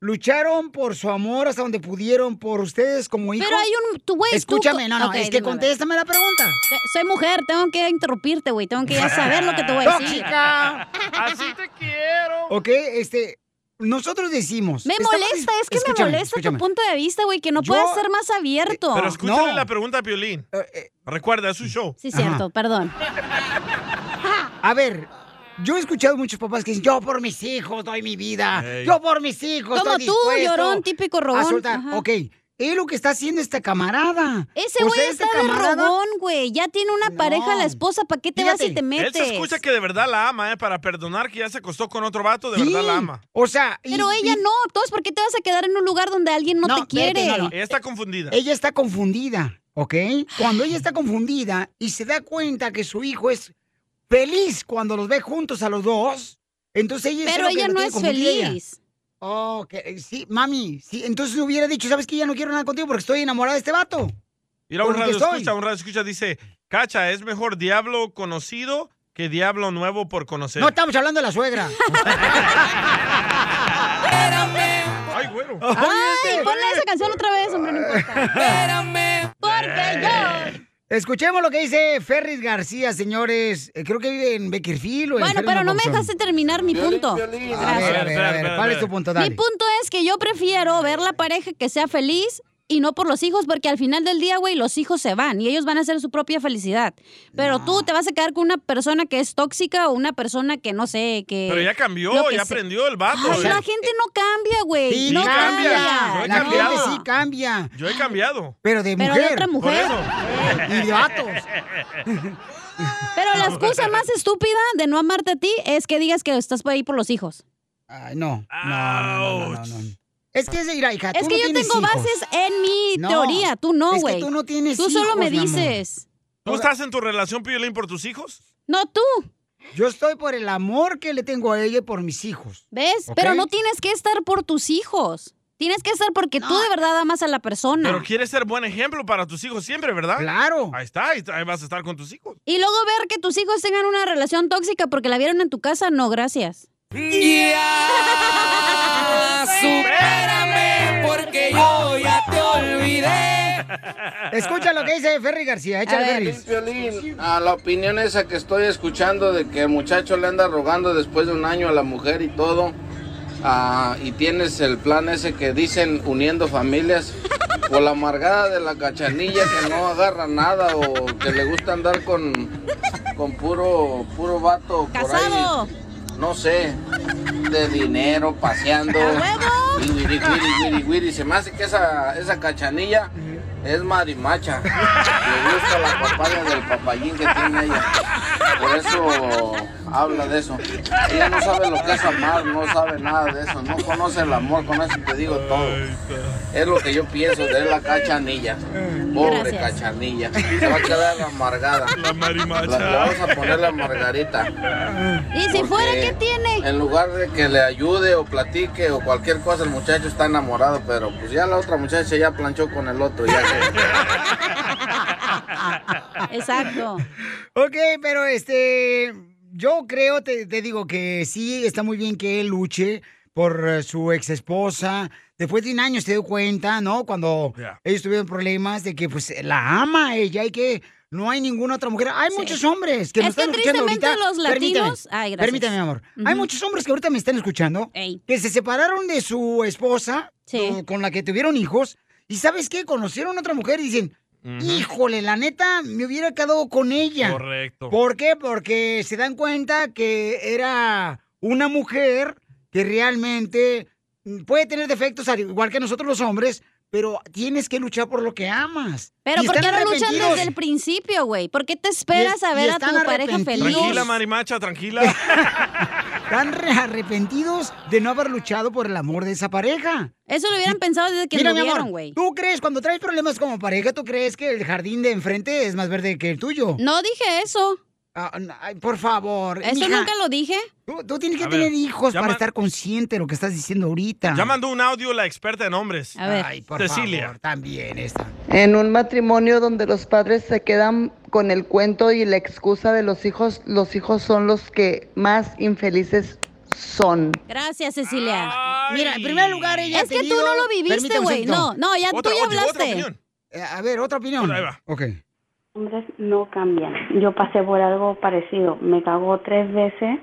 lucharon por su amor hasta donde pudieron por ustedes como hijos? Pero hay un... tú, güey, Pues tú- Escúchame, no, no, Ok, es que dime, a ver. contéstame la pregunta. Te- Soy mujer, tengo que interrumpirte, güey. Tengo que ya saber lo que te voy a decir. ¡Tóxica! Así te quiero. Ok, este, nosotros decimos... Me estamos- molesta, es que Escúchame, me molesta escúchame. tu punto de vista, güey, que no Yo- puedes ser más abierto. Pero escúchale la pregunta a Piolín. Eh, Recuerda, es su show. Sí, cierto, perdón. A ver, yo he escuchado muchos papás que dicen, yo por mis hijos doy mi vida, Ey. yo por mis hijos Como estoy tú, dispuesto llorón, típico A rogón. soltar. Ajá. Ok, es lo que está haciendo esta camarada. Ese O güey sea, este está de camarada- rogón, güey. Ya tiene una pareja la esposa, ¿para qué te vas y te Él metes? se escucha que de verdad la ama, ¿eh? Para perdonar que ya se acostó con otro vato, de verdad la ama. O sea, Pero ella no, entonces ¿por qué te vas a quedar en un lugar donde alguien no, te quiere? Ella Eh, está confundida. Ella está confundida, ¿ok? Cuando ella está confundida y se da cuenta que su hijo es feliz cuando los ve juntos a los dos, entonces ella es Pero lo que ella la no tiene es confundida ella. feliz. Oh, que, eh, sí, mami, sí, entonces hubiera dicho, ¿sabes qué? Ya no quiero nada contigo porque estoy enamorada de este vato. Mira, Por un lo que radio soy. escucha, un radio escucha dice, Cacha, es mejor diablo conocido que diablo nuevo por conocer. No estamos hablando de la suegra. Ay, güero. Ay, este, este. ponle esa canción otra vez, hombre, no importa. Porque Escuchemos lo que dice Ferris García, señores. Eh, Creo que vive en Beckerfield. yo. Bueno, pero no me dejaste terminar mi punto. A ver, a ver, a ver, ¿cuál es tu punto? Dale. Mi punto es que yo prefiero ver la pareja que sea feliz y no por los hijos, porque al final del día, güey, los hijos se van y ellos van a hacer su propia felicidad. Pero tú te vas a quedar con una persona que es tóxica o una persona que no sé, que... Pero ya cambió, lo que ya se- aprendió el vato. Ay, eh. la gente no cambia, güey. Sí, no cambia. cambia. Yo he La gente cambiado. sí cambia. Yo he cambiado. Pero de Pero de mujer. otra mujer. Por eso. Y de vatos. Pero la excusa más estúpida de no amarte a ti es que digas que estás por ahí por los hijos. Ay, no. No, no, no, no, no, no. Es que, mira, hija, Es tú que no yo tienes tengo hijos. bases en mi No, teoría, tú no, es que güey. tú no tienes Tú solo hijos, me mi amor. dices. ¿Tú estás en tu relación, Piolín, por tus hijos? No tú. Yo estoy por el amor que le tengo a ella y por mis hijos. ¿Ves? ¿Ok? Pero no tienes que estar por tus hijos. Tienes que estar porque tú de verdad amas a la persona. Pero quieres ser buen ejemplo para tus hijos siempre, ¿verdad? Claro. Ahí está, ahí está, ahí vas a estar con tus hijos. Y luego ver que tus hijos tengan una relación tóxica porque la vieron en tu casa, no, gracias. supérame porque yo ya te olvidé. Escucha lo que dice Ferry García, échale Ferris. Piolín, a la opinión esa que estoy escuchando de que el muchacho le anda rogando después de un año a la mujer y todo, ah, y tienes el plan ese que dicen uniendo familias, o la amargada de la cachanilla que no agarra nada, o que le gusta andar con, con puro, puro vato por ahí, no sé, de dinero, paseando, wiri, wiri, wiri, wiri, se me hace que esa, esa cachanilla es marimacha. Le gusta la papaya del papayín que tiene ella. Por eso habla de eso. Ella no sabe lo que es amar, no sabe nada de eso. No conoce el amor, con eso te digo todo. Es lo que yo pienso de la cachanilla. Pobre Gracias. cachanilla. Se va a quedar amargada. La marimacha. Le vamos a poner la margarita. Y si Porque fuera, ¿qué tiene? En lugar de que le ayude o platique o cualquier cosa, el muchacho está enamorado, pero pues ya la otra muchacha ya planchó con el otro. Ya Exacto. Ok, pero este, yo creo, te, te digo que sí, está muy bien que él luche por eh, su ex esposa. Después de un año se dio cuenta, ¿no? Cuando Ya. ellos tuvieron problemas de que pues la ama ella y que No hay ninguna otra mujer. Hay muchos hombres que Es nos que están escuchando tristemente ahorita. los latinos- Permítame, Ay, gracias. permítame, mi amor. Ujú. Hay muchos hombres que ahorita me están escuchando que se separaron de su esposa con, con la que tuvieron hijos. Y ¿sabes qué? Conocieron a otra mujer y dicen, híjole, la neta, me hubiera quedado con ella. Correcto. ¿Por qué? Porque se dan cuenta que era una mujer que realmente mm, puede tener defectos, al igual que nosotros los hombres, pero tienes que luchar por lo que amas. Pero Y ¿por qué están no luchan arrepentidos. desde el principio, güey? ¿Por qué te esperas Y- a y ver a están tu pareja feliz? Tranquila, Marimacha, tranquila. Están re- arrepentidos de no haber luchado por el amor de esa pareja. Eso lo hubieran pensado desde que Mira, lo mi amor, vieron, güey. ¿Tú crees, cuando traes problemas como pareja, tú crees que el jardín de enfrente es más verde que el tuyo? No dije eso. Ah, por favor. Eso mija. nunca lo dije. Tú, tú tienes que A ver, tener hijos ya para ma- estar consciente de lo que estás diciendo ahorita. Ya mandó un audio la experta en hombres. A ver. Ay, por Cecilia. favor, también esta. En un matrimonio donde los padres se quedan con el cuento y la excusa de los hijos, los hijos son los que más infelices son. Gracias, Cecilia. Mira, en primer lugar, ella Es ha que tú tenido- no lo viviste, Permítame un Este güey. No, segundo. no, ya tú ya hablaste. Eh, a ver, otra opinión. Ahí Ok. hombres no cambian. Yo pasé por algo parecido. Me cagó tres veces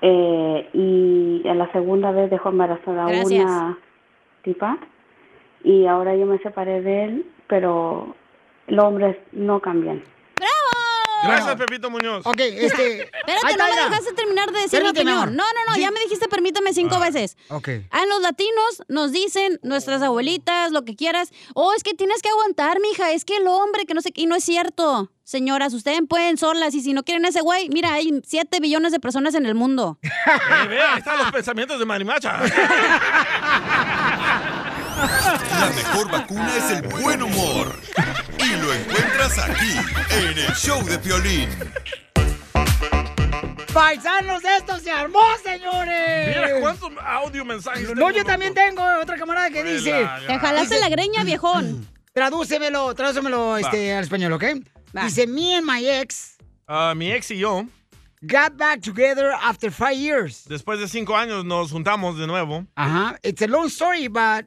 eh, y en la segunda vez dejó embarazada a Gracias. una tipa y ahora yo me separé de él, pero los hombres no cambian. Gracias, Pepito Muñoz. Ok, este. Espérate, no me dejaste terminar de decir mi Permíteme, opinión. amor. No, no, no, ya me dijiste permítame cinco veces. Ah. Ok. A los latinos nos dicen, nuestras abuelitas, lo que quieras, oh, es que tienes que aguantar, mija, es que el hombre, que no sé qué, y no es cierto. Señoras, ustedes pueden solas y si no quieren a ese güey, mira, hay 7 billones de personas en el mundo. Eh, vea, ahí están los pensamientos de Marimacha. La mejor vacuna es el buen humor. Y lo encuentras aquí, en el show de Piolín. ¡Paisanos, esto se armó, señores! Mira cuántos audio mensajes. No, yo también tengo otra camarada que Oye, dice. la- Te jalaste Dice- la greña, viejón. Tradúcemelo, tradúcemelo este, al español, ¿ok? Dice, me and my ex Ah, mi ex y yo, got back together after five years. después de cinco años, nos juntamos de nuevo. Ajá. It's a long story, but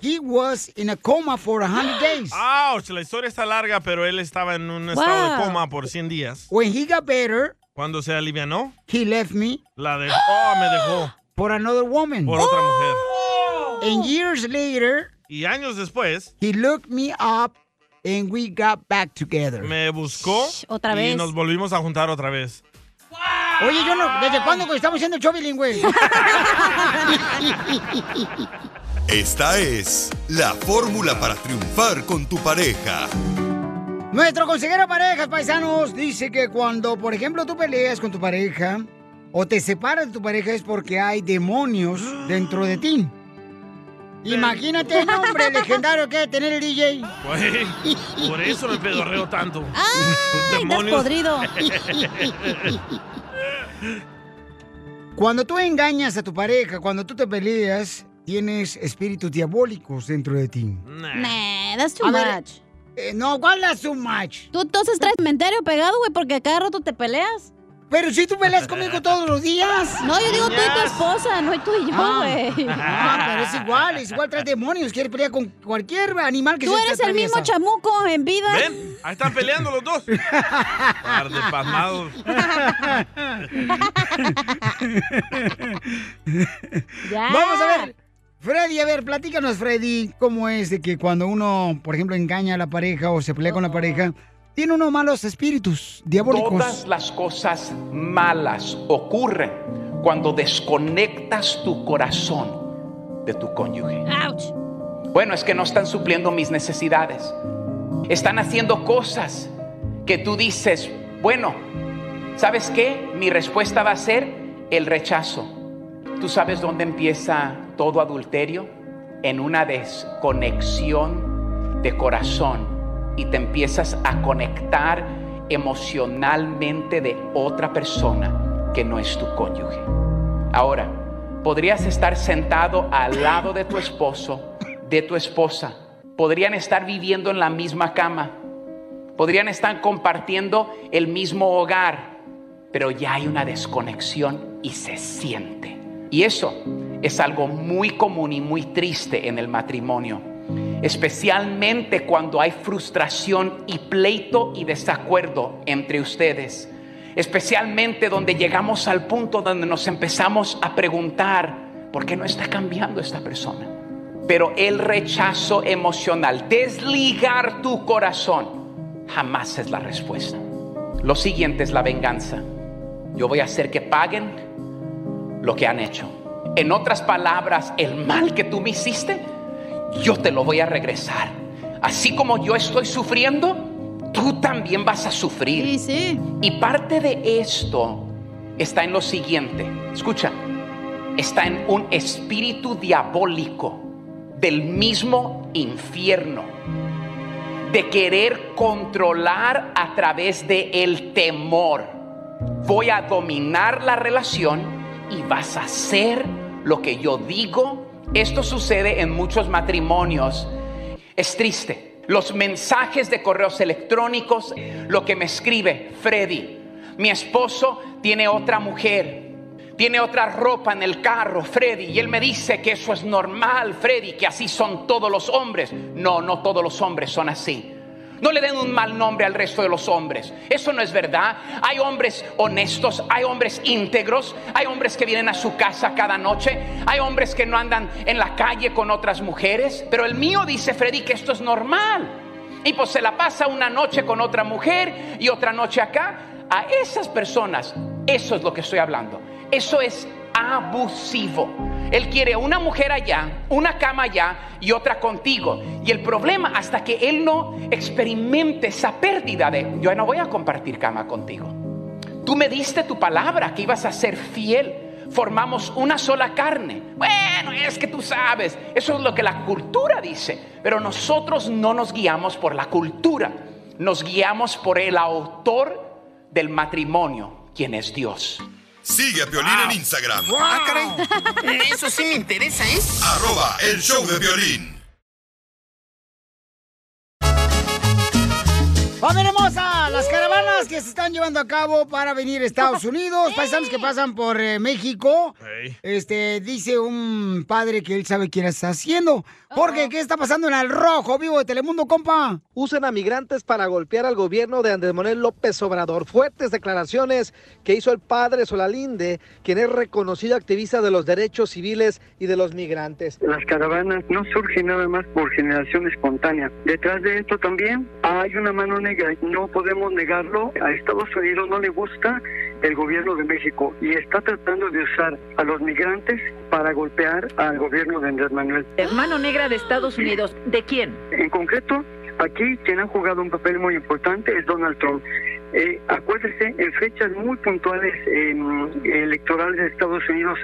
he was in a coma for 100 days. Ouch, la historia está larga, pero él estaba en un estado de coma por 100 días. When he got better, Cuando se alivianó, he left me la dejó, oh, me dejó for another woman. Oh! por otra mujer. And years later, Y años después, he looked me up and we got back together. me buscó otra y vez. nos volvimos a juntar otra vez. Oye, yo no, ¿desde cuándo que estamos siendo el show bilingüe? Esta es la fórmula para triunfar con tu pareja. Nuestro consejero de parejas, paisanos, dice que cuando, por ejemplo, tú peleas con tu pareja o te separas de tu pareja es porque hay demonios dentro de ti. Imagínate el nombre legendario que debe tener el DJ. Güey, Pues, por eso me pedorreo tanto. ¡Ay, Demonios. Cuando tú engañas a tu pareja, cuando tú te peleas, tienes espíritus diabólicos dentro de ti. Nah, that's too A ver, eh, much. no, ¿cuál es too much? Tú entonces traes cementerio pegado, güey, porque a cada rato te peleas. Pero si tú peleas conmigo todos los días. No, yo digo tú y tu esposa, no tú y yo, Ah. güey. Ah, pero es igual, es igual, trae demonios, quiere pelear con cualquier animal que Tú se te eres el mismo atraviesa. chamuco en vida. Ven, ahí están peleando los dos. Par de pasmados. Ah, Vamos a ver. Freddy, a ver, platícanos, Freddy, cómo es de que cuando uno, por ejemplo, engaña a la pareja o se pelea Oh. con la pareja, tiene uno malos espíritus diabólicos. Todas las cosas malas ocurren cuando desconectas tu corazón de tu cónyuge. Bueno, es que no están supliendo mis necesidades. Están haciendo cosas que tú dices, bueno, ¿sabes qué? Mi respuesta va a ser el rechazo. ¿Tú sabes dónde empieza todo adulterio? En una desconexión de corazón y te empiezas a conectar emocionalmente de otra persona que no es tu cónyuge. Ahora, podrías estar sentado al lado de tu esposo, de tu esposa. Podrían estar viviendo en la misma cama. Podrían estar compartiendo el mismo hogar. Pero ya hay una desconexión y se siente. Y eso es algo muy común y muy triste en el matrimonio. especialmente cuando hay frustración y pleito y desacuerdo entre ustedes, especialmente donde llegamos al punto donde nos empezamos a preguntar, ¿por qué no está cambiando esta persona? Pero el rechazo emocional, desligar tu corazón, jamás es la respuesta. Lo siguiente es la venganza. Yo voy a hacer que paguen lo que han hecho. En otras palabras, el mal que tú me hiciste, yo te lo voy a regresar. Así como yo estoy sufriendo, tú también vas a sufrir. Y parte de esto está en lo siguiente. Escucha, está en un espíritu diabólico del mismo infierno. De querer controlar a través del el temor. Voy a dominar la relación y vas a hacer lo que yo digo. Esto sucede en muchos matrimonios. Es triste. Los mensajes de correos electrónicos, lo que me escribe Freddy. Mi esposo tiene otra mujer. Tiene otra ropa en el carro, Freddy, y él me dice que eso es normal, Freddy, que así son todos los hombres. No, no todos los hombres son así. No le den un mal nombre al resto de los hombres. Eso no es verdad. Hay hombres honestos, hay hombres íntegros, hay hombres que vienen a su casa cada noche, hay hombres que no andan en la calle con otras mujeres. Pero el mío dice, Freddy, que esto es normal. Y pues se la pasa una noche con otra mujer y otra noche acá. A esas personas, eso es lo que estoy hablando. Eso es abusivo. Él quiere una mujer allá, una cama allá y otra contigo. Y el problema, hasta que él no experimente esa pérdida de, yo no voy a compartir cama contigo. Tú me diste tu palabra que ibas a ser fiel. Formamos una sola carne. Bueno, es que tú sabes, eso es lo que la cultura dice. Pero nosotros no nos guiamos por la cultura, nos guiamos por el autor del matrimonio, quien es Dios. Sigue a Piolín en Instagram. Eso sí me interesa, ¿es? Arroba el show de violín. ¡Familia hermosa! Las caravanas que se están llevando a cabo para venir a Estados Unidos, paisanos que pasan por eh, México. Este, dice un padre que él sabe quién está haciendo. Oh. Porque, ¿qué está pasando en el rojo vivo de Telemundo, compa? Usan a migrantes para golpear al gobierno de Andrés Manuel López Obrador. Fuertes declaraciones que hizo el padre Solalinde, quien es reconocido activista de los derechos civiles y de los migrantes. Las caravanas no surgen nada más por generación espontánea. Detrás de esto también hay una mano negra. No podemos negarlo. A Estados Unidos no le gusta el gobierno de México y está tratando de usar a los migrantes para golpear al gobierno de Andrés Manuel. Hermano negra de Estados Unidos, ¿de quién? En concreto, aquí quien ha jugado un papel muy importante es Donald Trump. Eh, acuérdese, en fechas muy puntuales eh, electorales de Estados Unidos,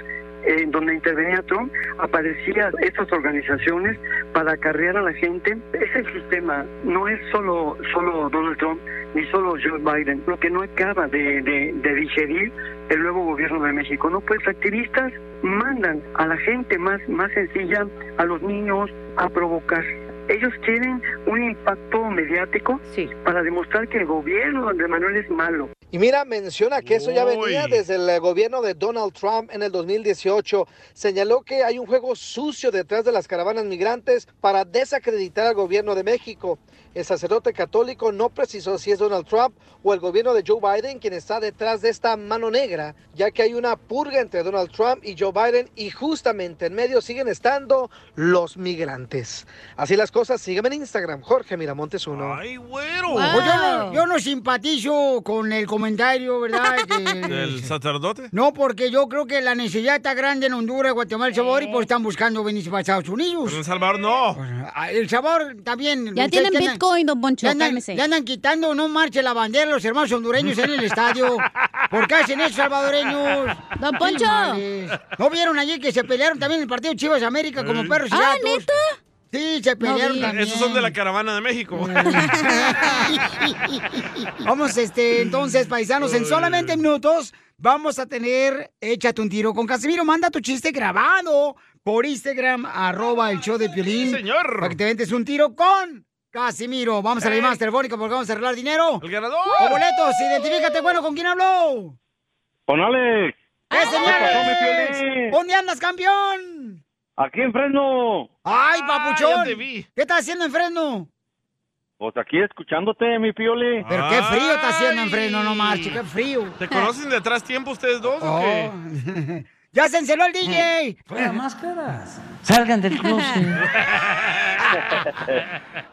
eh, en donde intervenía Trump, aparecían estas organizaciones para acarrear a la gente. Es el sistema, no es solo, solo Donald Trump ni solo Joe Biden, lo que no acaba de, de- de digerir el nuevo gobierno de México. No, pues activistas mandan a la gente más, más sencilla, a los niños, a provocar. Ellos quieren un impacto mediático para demostrar que el gobierno de Andrés Manuel es malo. Y mira, menciona que eso ya venía Uy. desde el eh, gobierno de Donald Trump en el 2018. Señaló que hay un juego sucio detrás de las caravanas migrantes para desacreditar al gobierno de México. El sacerdote católico no precisó si es Donald Trump o el gobierno de Joe Biden quien está detrás de esta mano negra, ya que hay una purga entre Donald Trump y Joe Biden y justamente en medio siguen estando los migrantes. Así las cosas, sígueme en Instagram, Jorge Miramontes uno. Pues yo, no, yo no simpatizo con el comentario, ¿verdad? Que- ¿Del sacerdote? No, porque yo creo que la necesidad está grande en Honduras, Guatemala, El Salvador, y pues están buscando venirse para Estados Unidos. Pero en Salvador no. Ah, El Salvador también. Ya ustedes tienen que andan- Bitcoin, don Poncho, Ya andan, cálmese. ya andan quitando, no marche la bandera los hermanos hondureños en el estadio. ¿Por qué hacen eso, salvadoreños? Don Poncho. Animales. ¿No vieron allí que se pelearon también en el partido Chivas América como Sí. perros y Ah, gatos? Sí, se pelearon también. Esos son de la caravana de México. Vamos, este, entonces, paisanos, en solamente minutos vamos a tener Échate un tiro con Casimiro. Manda tu chiste grabado por Instagram, arroba el show de Piolín. señor. Para que te ventes un tiro con Casimiro. Vamos a la Ey. llamada telefónica porque vamos a arreglar dinero. ¡El ganador! ¡O boletos! ¡Identifícate, bueno, con quién habló! Con Alex. ¡Eh, pasó, mi señores! ¿Dónde andas, campeón? Aquí en Fresno. ¡Ay, papuchón! ya te ¿Qué estás haciendo en Fresno? Pues aquí escuchándote, mi Pioli. Pero qué frío está haciendo en Fresno, no marches, qué frío. Oh. ¿Te conocen de atrás tiempo ustedes dos o qué? ¡Ya se enceló el DJ! Fuera máscaras! Salgan del closet.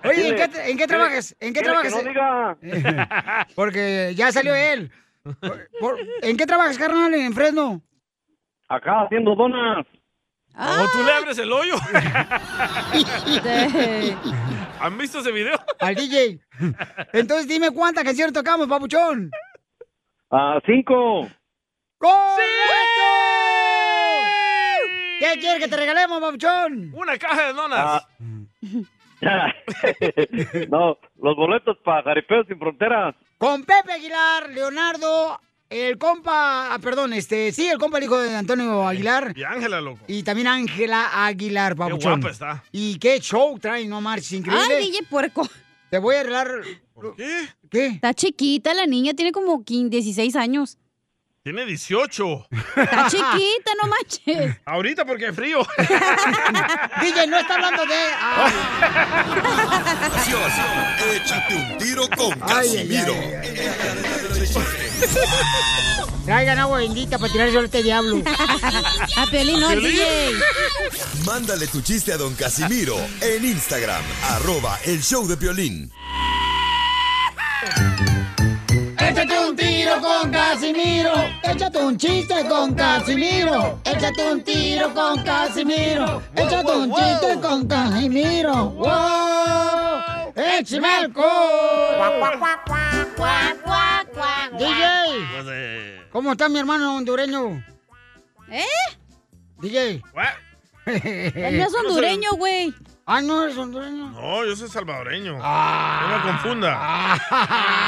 Oye, ¿en Dile, qué, tra- en qué dile- trabajas? ¿En qué dile que trabajas? no Porque ya salió él. Por- ¿En qué trabajas, carnal, en Fresno? Acá haciendo donas. Oh, ¿O tú le abres el hoyo? Sí. ¿Han visto ese video? Al DJ. Entonces dime cuántas canciones tocamos, papuchón. A cinco. ¡Correcto! ¿Qué quieres que te regalemos, papuchón? Una caja de donas. Ah. Ah. no, los boletos para Jaripeos sin Fronteras. Con Pepe Aguilar, Leonardo, el compa, ah, perdón, este, sí, el compa, el hijo de Antonio Aguilar. Y Ángela, loco. Y también Ángela Aguilar, papuchón. guapa está. Y qué show traen, no marches, increíble. Ay, DJ puerco. Te voy a arreglar. ¿Qué? ¿Qué? Está chiquita la niña, tiene como 15, 16 años. Tiene 18. Está chiquita, no manches. Ahorita porque hay frío. DJ, no está hablando de. Échate un tiro con Casimiro. Traigan agua bendita para tirarse ahorita al este diablo. A Piolín, no, al DJ. Mándale tu chiste a don Casimiro en Instagram, arroba el show de Piolín. Échate un tiro con Casimiro. Échate un chiste con Casimiro. Échate un tiro con Casimiro. Échate un chiste con Casimiro. ¡Wow! ¡Échame DJ, ¿cómo está mi hermano hondureño? ¿Eh? DJ. Él no es hondureño, güey. Ah, no es hondureño. Ah. No, yo soy salvadoreño. No me confunda.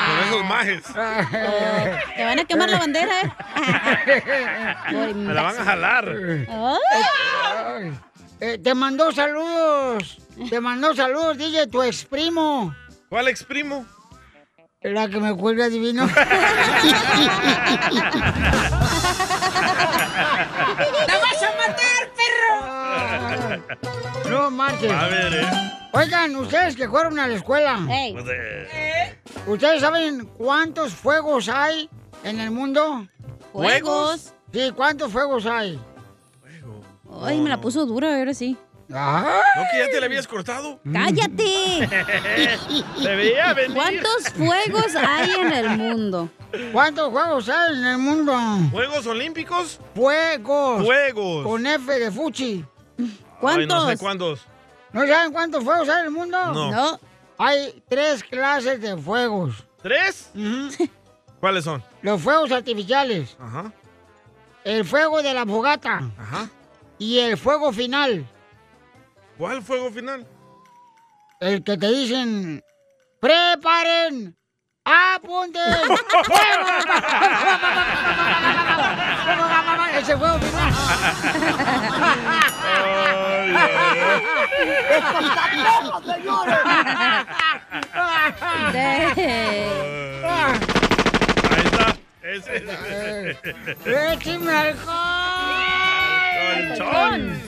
Con esos majes. Te van a quemar la bandera, ¿eh? Me la van a jalar. Ay. Eh, te mandó saludos. Te mandó saludos, DJ, tu ex primo. ¿Cuál ex primo? La que me cuelga divino. ¡La vas a matar, perro! No marches. A ver, eh. Oigan, ustedes que fueron a la escuela. Pues, eh, ¿Ustedes saben cuántos fuegos hay en el mundo? ¿Fuegos? Sí, ¿cuántos fuegos hay? Ay, me la puso dura, ahora sí. Ah. ¿No que ya te la habías cortado? ¡Cállate! Te veía venir. ¿Cuántos fuegos hay en el mundo? ¿Cuántos fuegos hay en el mundo? ¿Juegos Olímpicos? Fuegos. Fuegos. Con F de Fuchi. Ay, no sé cuántos. ¿No saben cuántos fuegos hay en el mundo? No. No. Hay tres clases de fuegos. ¿Tres? ¿Cuáles son? Los fuegos artificiales. Ajá. El fuego de la fogata. Ajá. Y el fuego final. ¿Cuál fuego final? El que te dicen... ¡Preparen! ¡Apunten! ¡Fuego! Ese fuego final. ¡Écheme alcohol! ¡Colchón!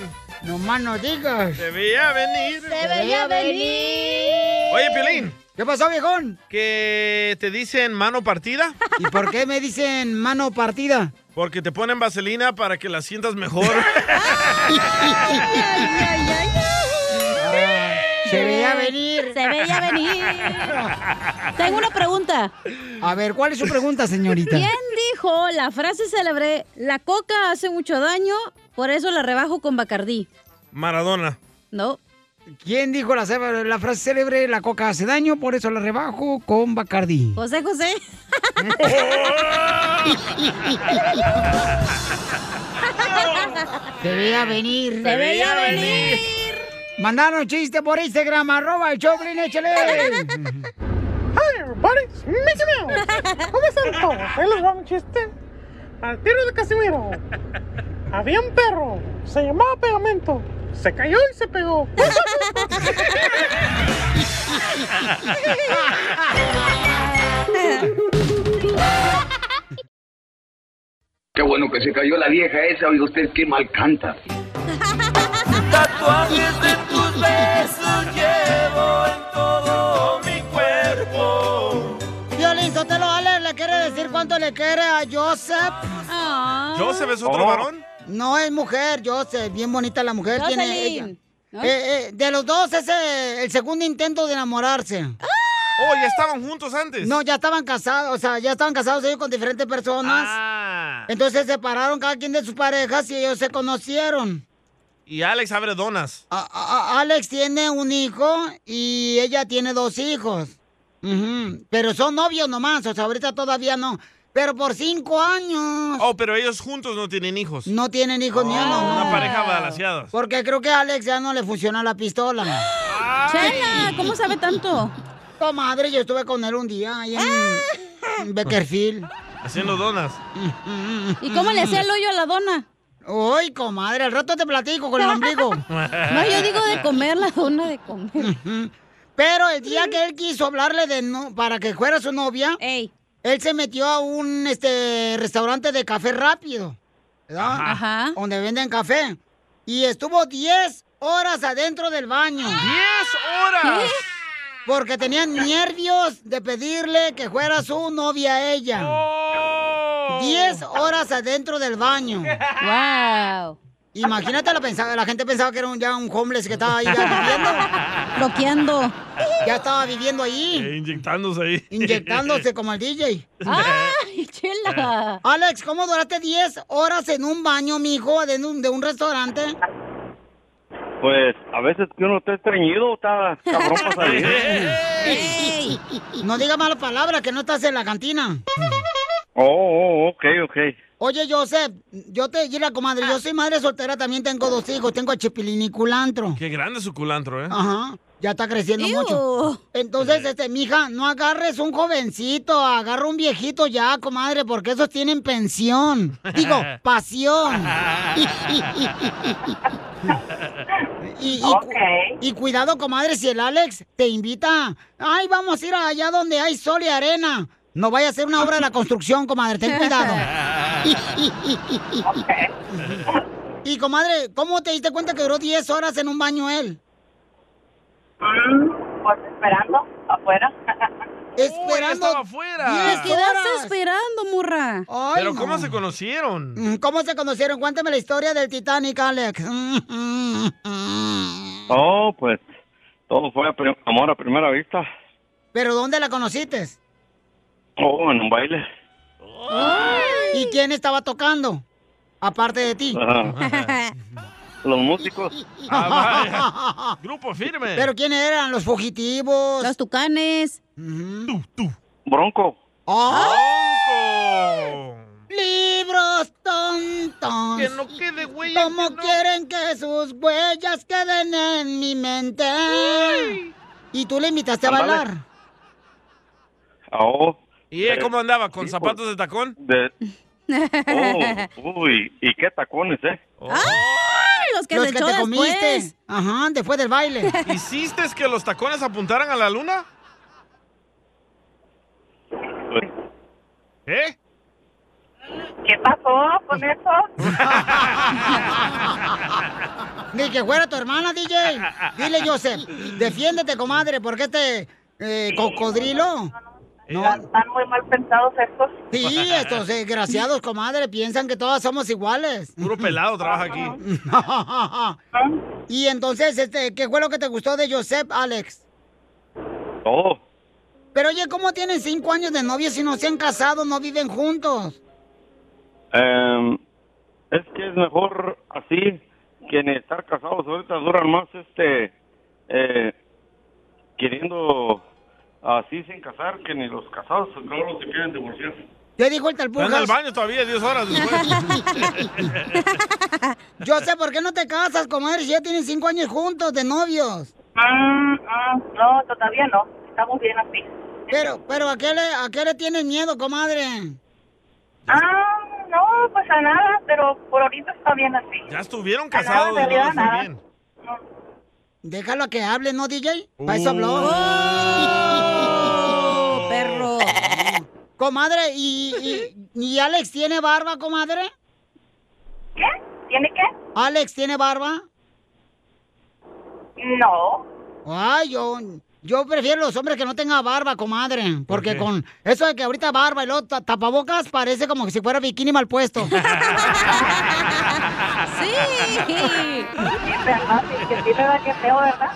No más no digas. Te veía venir. Te veía venir. Oye, Piolín. ¿Qué pasó, viejón? ¿Que te dicen mano partida? ¿Y por qué me dicen mano partida? Porque te ponen vaselina para que la sientas mejor. Se veía venir. Se veía venir. Tengo una pregunta. A ver, ¿cuál es su pregunta, señorita? ¿Quién dijo la frase célebre, la coca hace mucho daño, por eso la rebajo con Bacardí? Maradona. No. ¿Quién dijo la, célebre- la frase célebre, la coca hace daño, por eso la rebajo con Bacardí? José José. Te veía venir. Te veía venir. Mandaron chiste por Instagram, arroba el Choplin, échale. Hi everybody, it's Mickey Mouse. ¿Cómo están todos? Ahí les va un chiste. Al tiro de Casimiro. Había un perro. Se llamaba Pegamento. Se cayó y se pegó. Qué bueno que se cayó la vieja esa, oiga usted, qué mal canta. Tatuajes de tus besos llevo en todo mi cuerpo. Violín Sotelo Ale le quiere decir cuánto le quiere a Joseph. ¿Joseph es otro Oh. varón? No, es mujer, Joseph. Bien bonita la mujer tiene ella. Jocelyn, ¿no? Eh, eh, de los dos es eh, el segundo intento de enamorarse. Oh, ya estaban juntos antes. No, ya estaban casados, o sea, ya estaban casados ellos con diferentes personas. Ah. Entonces se separaron cada quien de sus parejas y ellos se conocieron. Y Alex abre donas. A- a- Alex tiene un hijo y ella tiene dos hijos. Ujú. Pero son novios nomás, o sea, ahorita todavía no. Pero por cinco años Oh, pero ellos juntos no tienen hijos. Oh. no tienen hijos ni uno. Una no. pareja balanceada. Porque creo que a Alex ya no le funciona la pistola. Chela, ¿cómo sabe tanto? Comadre, yo estuve con él un día ahí en, en Beckerfield. Haciendo donas. ¿Y cómo le hacía el hoyo a la dona? Uy, comadre, al rato te platico con el ombligo. No, yo digo de comer, la dona de comer. Pero el día que él quiso hablarle de no, para que fuera su novia, él se metió a un este restaurante de café rápido, ¿verdad? Donde venden café. Y estuvo 10 horas adentro del baño. ¡10 horas! Porque tenían nervios de pedirle que fuera su novia a ella. 10 horas adentro del baño. ¡Wow! Imagínate, la, pensaba- la gente pensaba que era un, ya un homeless que estaba ahí ya viviendo. Bloqueando. Ya estaba viviendo ahí, Eh, inyectándose ahí. inyectándose como el DJ. ¡Ay, chela! Alex, ¿cómo duraste 10 horas en un baño, mijo, de un, de un restaurante? Pues a veces que uno está estreñido, está cabrón para salir. No digas malas palabras, que no estás en la cantina. Oh, oh, ok, ok. Oye, Joseph, yo te la comadre, yo soy madre soltera, también tengo dos hijos, tengo a Chipilín y Culantro. Qué grande su culantro, ¿eh? Ajá. Ya está creciendo mucho. Entonces, este, mija, no agarres un jovencito, agarra un viejito ya, comadre, porque esos tienen pensión. Digo, pasión. Y, y cu- y cuidado, comadre, si el Alex te invita. Ay, vamos a ir allá donde hay sol y arena. No vaya a ser una obra de la construcción, comadre, ten cuidado. Y comadre, ¿cómo te diste cuenta que duró 10 horas en un baño él? Pues esperando afuera. Esperando. estaba afuera. diez Te quedaste horas. esperando, murra. Pero ¿cómo se conocieron? Mm, ¿Cómo se conocieron? Cuéntame la historia del Titanic, Alex. Oh, pues todo fue a prim- amor a primera vista. ¿Pero dónde la conociste? Oh, en un baile. ¿Y quién estaba tocando? Aparte de ti. Ajá. Los músicos. Ah, vaya. Grupo firme. ¿Pero quiénes eran? ¿Los fugitivos? Los tucanes. Bronco. Libros tontos. Que no quede Como quieren que sus huellas queden en mi mente. Y tú le invitaste a Ándale. bailar. Oh, ¿Y él Eh, cómo andaba? ¿Con sí, zapatos de tacón? de... oh, uy, ¿y qué tacones, eh? Oh. Los Ah, que Los se que echó te después. comiste. Ajá, después del baile. ¿Hiciste que los tacones apuntaran a la luna? ¿Eh? ¿Qué pasó con eso? Ni que fuera tu hermana, DJ. Ah, Dile, Joseph, defiéndete, comadre, porque este eh, cocodrilo... Están muy mal pensados estos. Sí, estos desgraciados, comadre, piensan que todas somos iguales. Puro pelado trabaja aquí. y entonces, este, ¿qué fue lo que te gustó de Joseph, Alex? Oh, Pero oye, ¿cómo tienen cinco años de novio si no se han casado, no viven juntos? em, es que es mejor así que en estar casados ahorita duran más, este, eh, queriendo así sin casar que ni los casados, no los se quieren divorciar. ¿Qué dijo el tal Están al Pulgas? baño todavía 10 horas después. Joseph, ¿por qué no te casas, comadre, si ya tienen cinco años juntos de novios? Mm, mm, no, todavía no. Estamos bien así. Pero, pero, ¿a qué le, a qué le tienes miedo, comadre? Ah, no, pues a nada, pero por ahorita está bien así. ya estuvieron A nada, en casados. y realidad, no les fue nada. bien. Déjalo a que hable, ¿no, DJ? Para eso habló. perro! Comadre, ¿y, y, y Alex tiene barba, comadre? ¿Qué? ¿Tiene qué? ¿Alex tiene barba? No. Ay, yo, yo prefiero los hombres que no tengan barba, comadre. Porque con eso de que ahorita barba y luego ta- tapabocas parece como que si fuera bikini mal puesto. Sí. Que sí me da que feo, ¿verdad?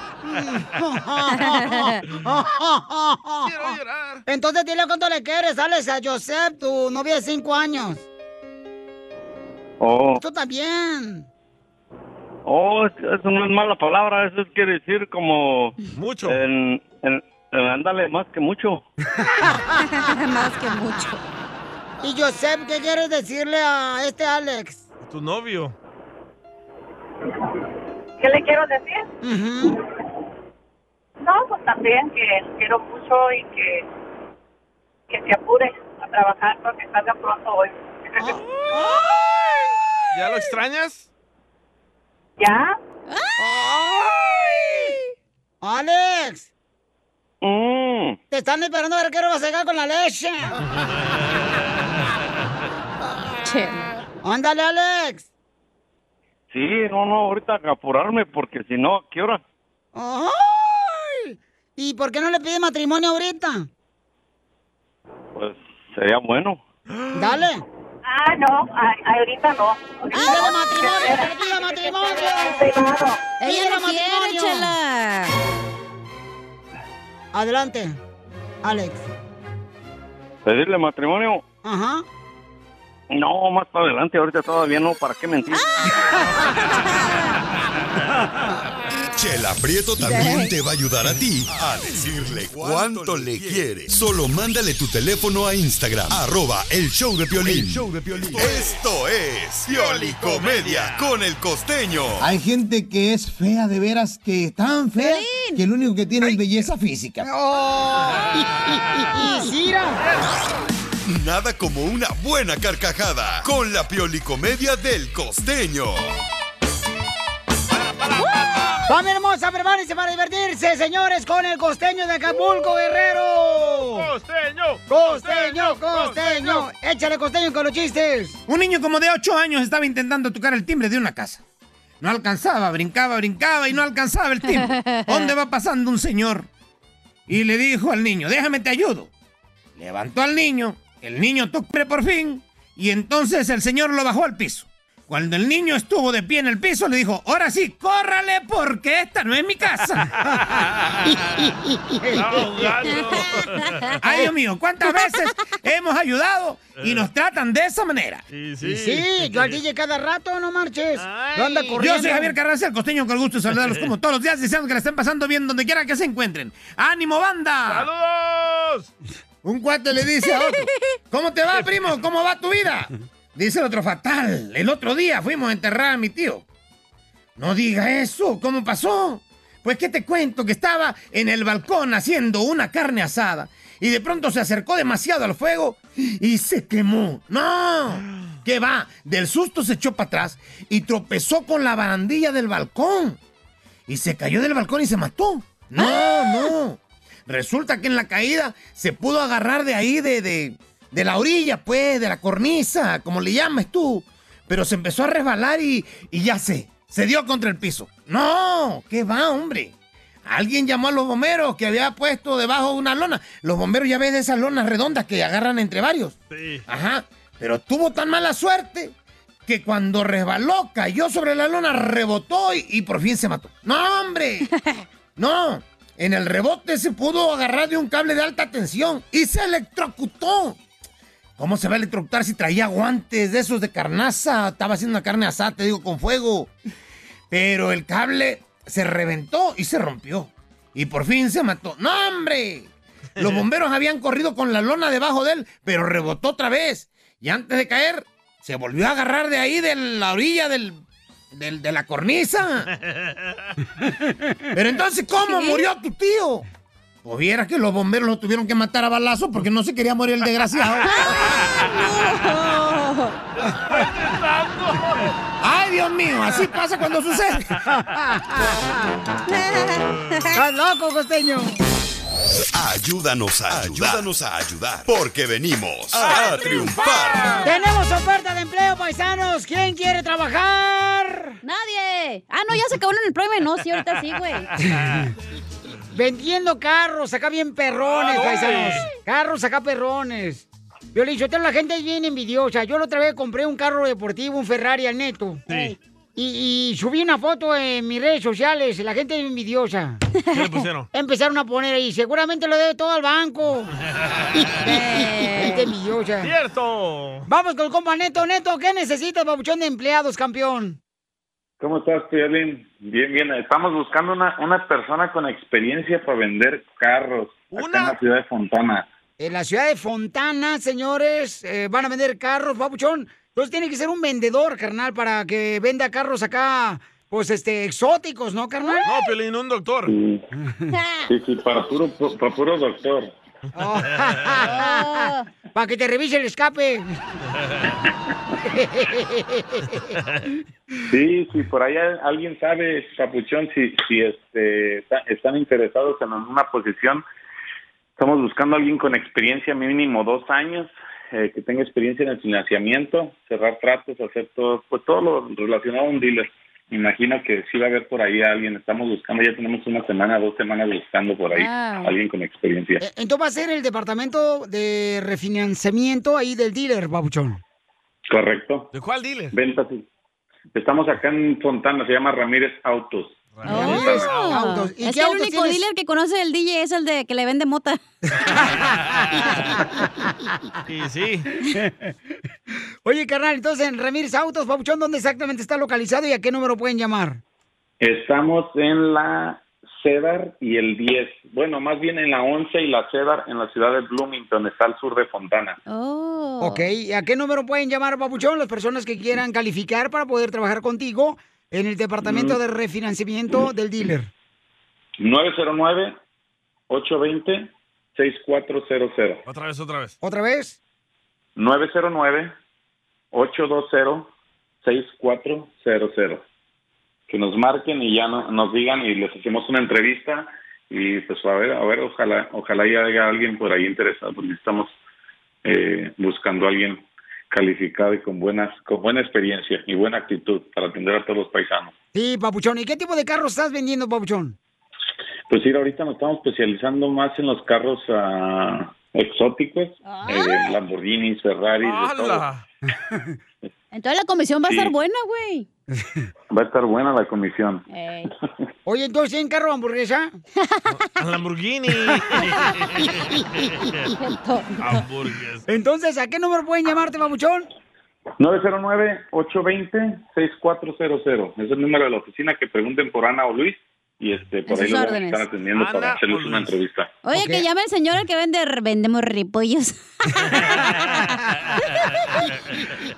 Quiero llorar. Entonces dile cuánto le quieres, Alex, a Joseph, tu novia de cinco años. Oh, Tú también. oh, es- eso no es mala palabra, eso es- quiere decir como... Mucho. En, en- en- ándale, más que mucho. Más que mucho. Y Joseph, ¿qué quieres decirle a este Alex? Tu novio. ¿Qué le quiero decir? No, pues también que lo quiero mucho y que, que se apure a trabajar para que salga pronto hoy. ¿Ya lo extrañas? ¿Ya? ¡Alex! Eh, Te están esperando a ver qué hora vas a llegar con la leche. Ándale, Alex. Sí, no, no, ahorita apurarme porque si no, ¿a qué hora? ¡Ay! ¿Y por qué no le pides matrimonio ahorita? Pues sería bueno. Dale. Ah, Ah, no, a- ahorita no. ¡Pida matrimonio! ¡Pida matrimonio! Ella no quiere, chela. Adelante, Alex. ¿Pedirle matrimonio? Ajá. No, más para adelante, ahorita todavía no, ¿para qué mentir? Ah. Chela Prieto también te va a ayudar a ti a decirle cuánto le quieres. Solo mándale tu teléfono a Instagram, arroba el show de Piolín. El Esto es Pioli Comedia con el costeño. Hay gente que es fea de veras, que tan fea que lo único que tiene es belleza física. Oh. Y Cira. Nada como una buena carcajada con la Pioli Comedia del costeño. ¡Familia hermosa, prepárense para divertirse, señores, con el costeño de Acapulco, Guerrero! ¡Costeño! ¡Costeño, costeño! ¡Échale costeño con los chistes! Un niño como de 8 años estaba intentando tocar el timbre de una casa. No alcanzaba, brincaba, brincaba y no alcanzaba el timbre. ¿Dónde va pasando un señor? Y le dijo al niño, déjame te ayudo. Levantó al niño, el niño tocó por fin y entonces el señor lo bajó al piso. Cuando el niño estuvo de pie en el piso, le dijo, ahora sí, córrale porque esta no es mi casa. Ay, Dios mío, ¿cuántas veces hemos ayudado y nos tratan de esa manera? Sí, Sí, yo al DJ cada rato, no marches. No anda corriendo. Yo soy Javier Carranza, el costeño, con el gusto de saludarlos como todos los días, deseando que la estén pasando bien donde quiera que se encuentren. ¡Ánimo, banda! ¡Saludos! Un cuate le dice a otro, ¿cómo te va, primo? ¿Cómo va tu vida? Dice el otro, fatal. El otro día fuimos a enterrar a mi tío. No diga eso, ¿cómo pasó? Pues que te cuento que estaba en el balcón haciendo una carne asada y de pronto se acercó demasiado al fuego y se quemó. ¡No! ¿Qué va? Del susto se echó para atrás y tropezó con la barandilla del balcón y se cayó del balcón y se mató. ¡No, no! Resulta que en la caída se pudo agarrar de ahí, de, de, de la orilla, pues, de la cornisa, como le llamas tú. Pero se empezó a resbalar y, y ya sé, se dio contra el piso. ¡No! ¿Qué va, hombre? Alguien llamó a los bomberos que había puesto debajo una lona. Los bomberos ya ves de esas lonas redondas que agarran entre varios. Sí. Ajá, pero tuvo tan mala suerte que cuando resbaló, cayó sobre la lona, rebotó y, y por fin se mató. ¡No, hombre! No, en el rebote se pudo agarrar de un cable de alta tensión y se electrocutó. ¿Cómo se va a electrocutar si traía guantes de esos de carnaza? Estaba haciendo una carne asada, te digo, con fuego. Pero el cable se reventó y se rompió. Y por fin se mató. ¡No, hombre! Los bomberos habían corrido con la lona debajo de él, pero rebotó otra vez. Y antes de caer, se volvió a agarrar de ahí, de la orilla del, del- de la cornisa. Pero entonces, ¿cómo murió tu tío? Pues viera que los bomberos lo tuvieron que matar a balazos porque no se quería morir el desgraciado. ¡Ay, Dios mío! Así pasa Ah, cuando sucede. ¡Estás loco, costeño! Ayúdanos a ayudar. Ayúdanos a ayudar. Porque venimos a, triunfar. Tenemos oferta de empleo, paisanos. ¿Quién quiere trabajar? Nadie. Ah, no, ya se acabó el premio. No, sí, ahorita sí, güey. Vendiendo carros, acá bien perrones, Ah, paisanos. hombre. Carros, acá perrones. Yo le digo, la gente es bien envidiosa. Yo la otra vez compré un carro deportivo, un Ferrari al neto. Y, y subí una foto en mis redes sociales. La gente es envidiosa. ¿Qué le pusieron? Empezaron a poner ahí, seguramente lo debe todo al banco. Gente envidiosa. ¡Cierto! Vamos con el compa Neto. Neto, ¿qué necesitas, babuchón de empleados, campeón? ¿Cómo estás, Piolín? Bien, bien. Estamos buscando una, una persona con experiencia para vender carros acá en la ciudad de Fontana. En la ciudad de Fontana, señores, eh, van a vender carros, babuchón. Entonces tiene que ser un vendedor, carnal, para que venda carros acá, pues, este, exóticos, ¿no, carnal? No, Piolín, un doctor. Sí, sí, para puro, para puro doctor. para que te revise el escape. Sí, sí, por allá alguien sabe, Papuchón, si, si este, está- están interesados en alguna posición. Estamos buscando a alguien con experiencia mínimo dos años, eh, que tenga experiencia en el financiamiento, cerrar tratos, hacer todo, pues todo lo relacionado a un dealer. Me imagino que sí va a haber por ahí a alguien. Estamos buscando, ya tenemos una semana, dos semanas buscando por ahí Wow. a alguien con experiencia. Eh, Entonces va a ser el departamento de refinanciamiento ahí del dealer, babuchón. Correcto. ¿De cuál dealer? Ventas. Estamos acá en Fontana, se llama Ramírez Autos. Ramírez Autos. es ¿Y qué que el autos único tienes? dealer que conoce el DJ es el de que le vende mota. Y sí. Oye, carnal, entonces en Ramírez Autos, babuchón, ¿dónde exactamente está localizado y a qué número pueden llamar? Estamos en la Cedar y el 10. Bueno, más bien en la 11 y la Cedar en la ciudad de Bloomington, está al sur de Fontana. Oh. Ok, ¿y a qué número pueden llamar, babuchón, las personas que quieran calificar para poder trabajar contigo en el departamento de refinanciamiento del dealer? 909-820-6400. Otra vez, otra vez. ¿Otra vez? 909-820-6400. Que nos marquen y ya no- nos digan y les hacemos una entrevista y pues a ver, a ver, ojalá, ojalá ya haya alguien por ahí interesado porque estamos eh, buscando a alguien calificado y con buenas, con buena experiencia y buena actitud para atender a todos los paisanos. Sí, babuchón. ¿Y qué tipo de carro estás vendiendo, babuchón? Pues sí, ahorita nos estamos especializando más en los carros ah, exóticos, eh, Lamborghinis, Ferraris, de todo. ¡Hala! Entonces la comisión va a Sí. estar buena, güey. Eh, Va a estar buena la comisión. Oye, entonces, ¿en carro hamburguesa? Lamborghini. Hamburgues. Entonces, ¿a qué número pueden llamarte, babuchón? 909-820-6400. Es el número de la oficina que pregunten por Ana o Luis y este por A ahí sus los van a órdenes. estar atendiendo para Ana hacerles una entrevista. Oye, que llame el señor el que vende, vendemos repollos.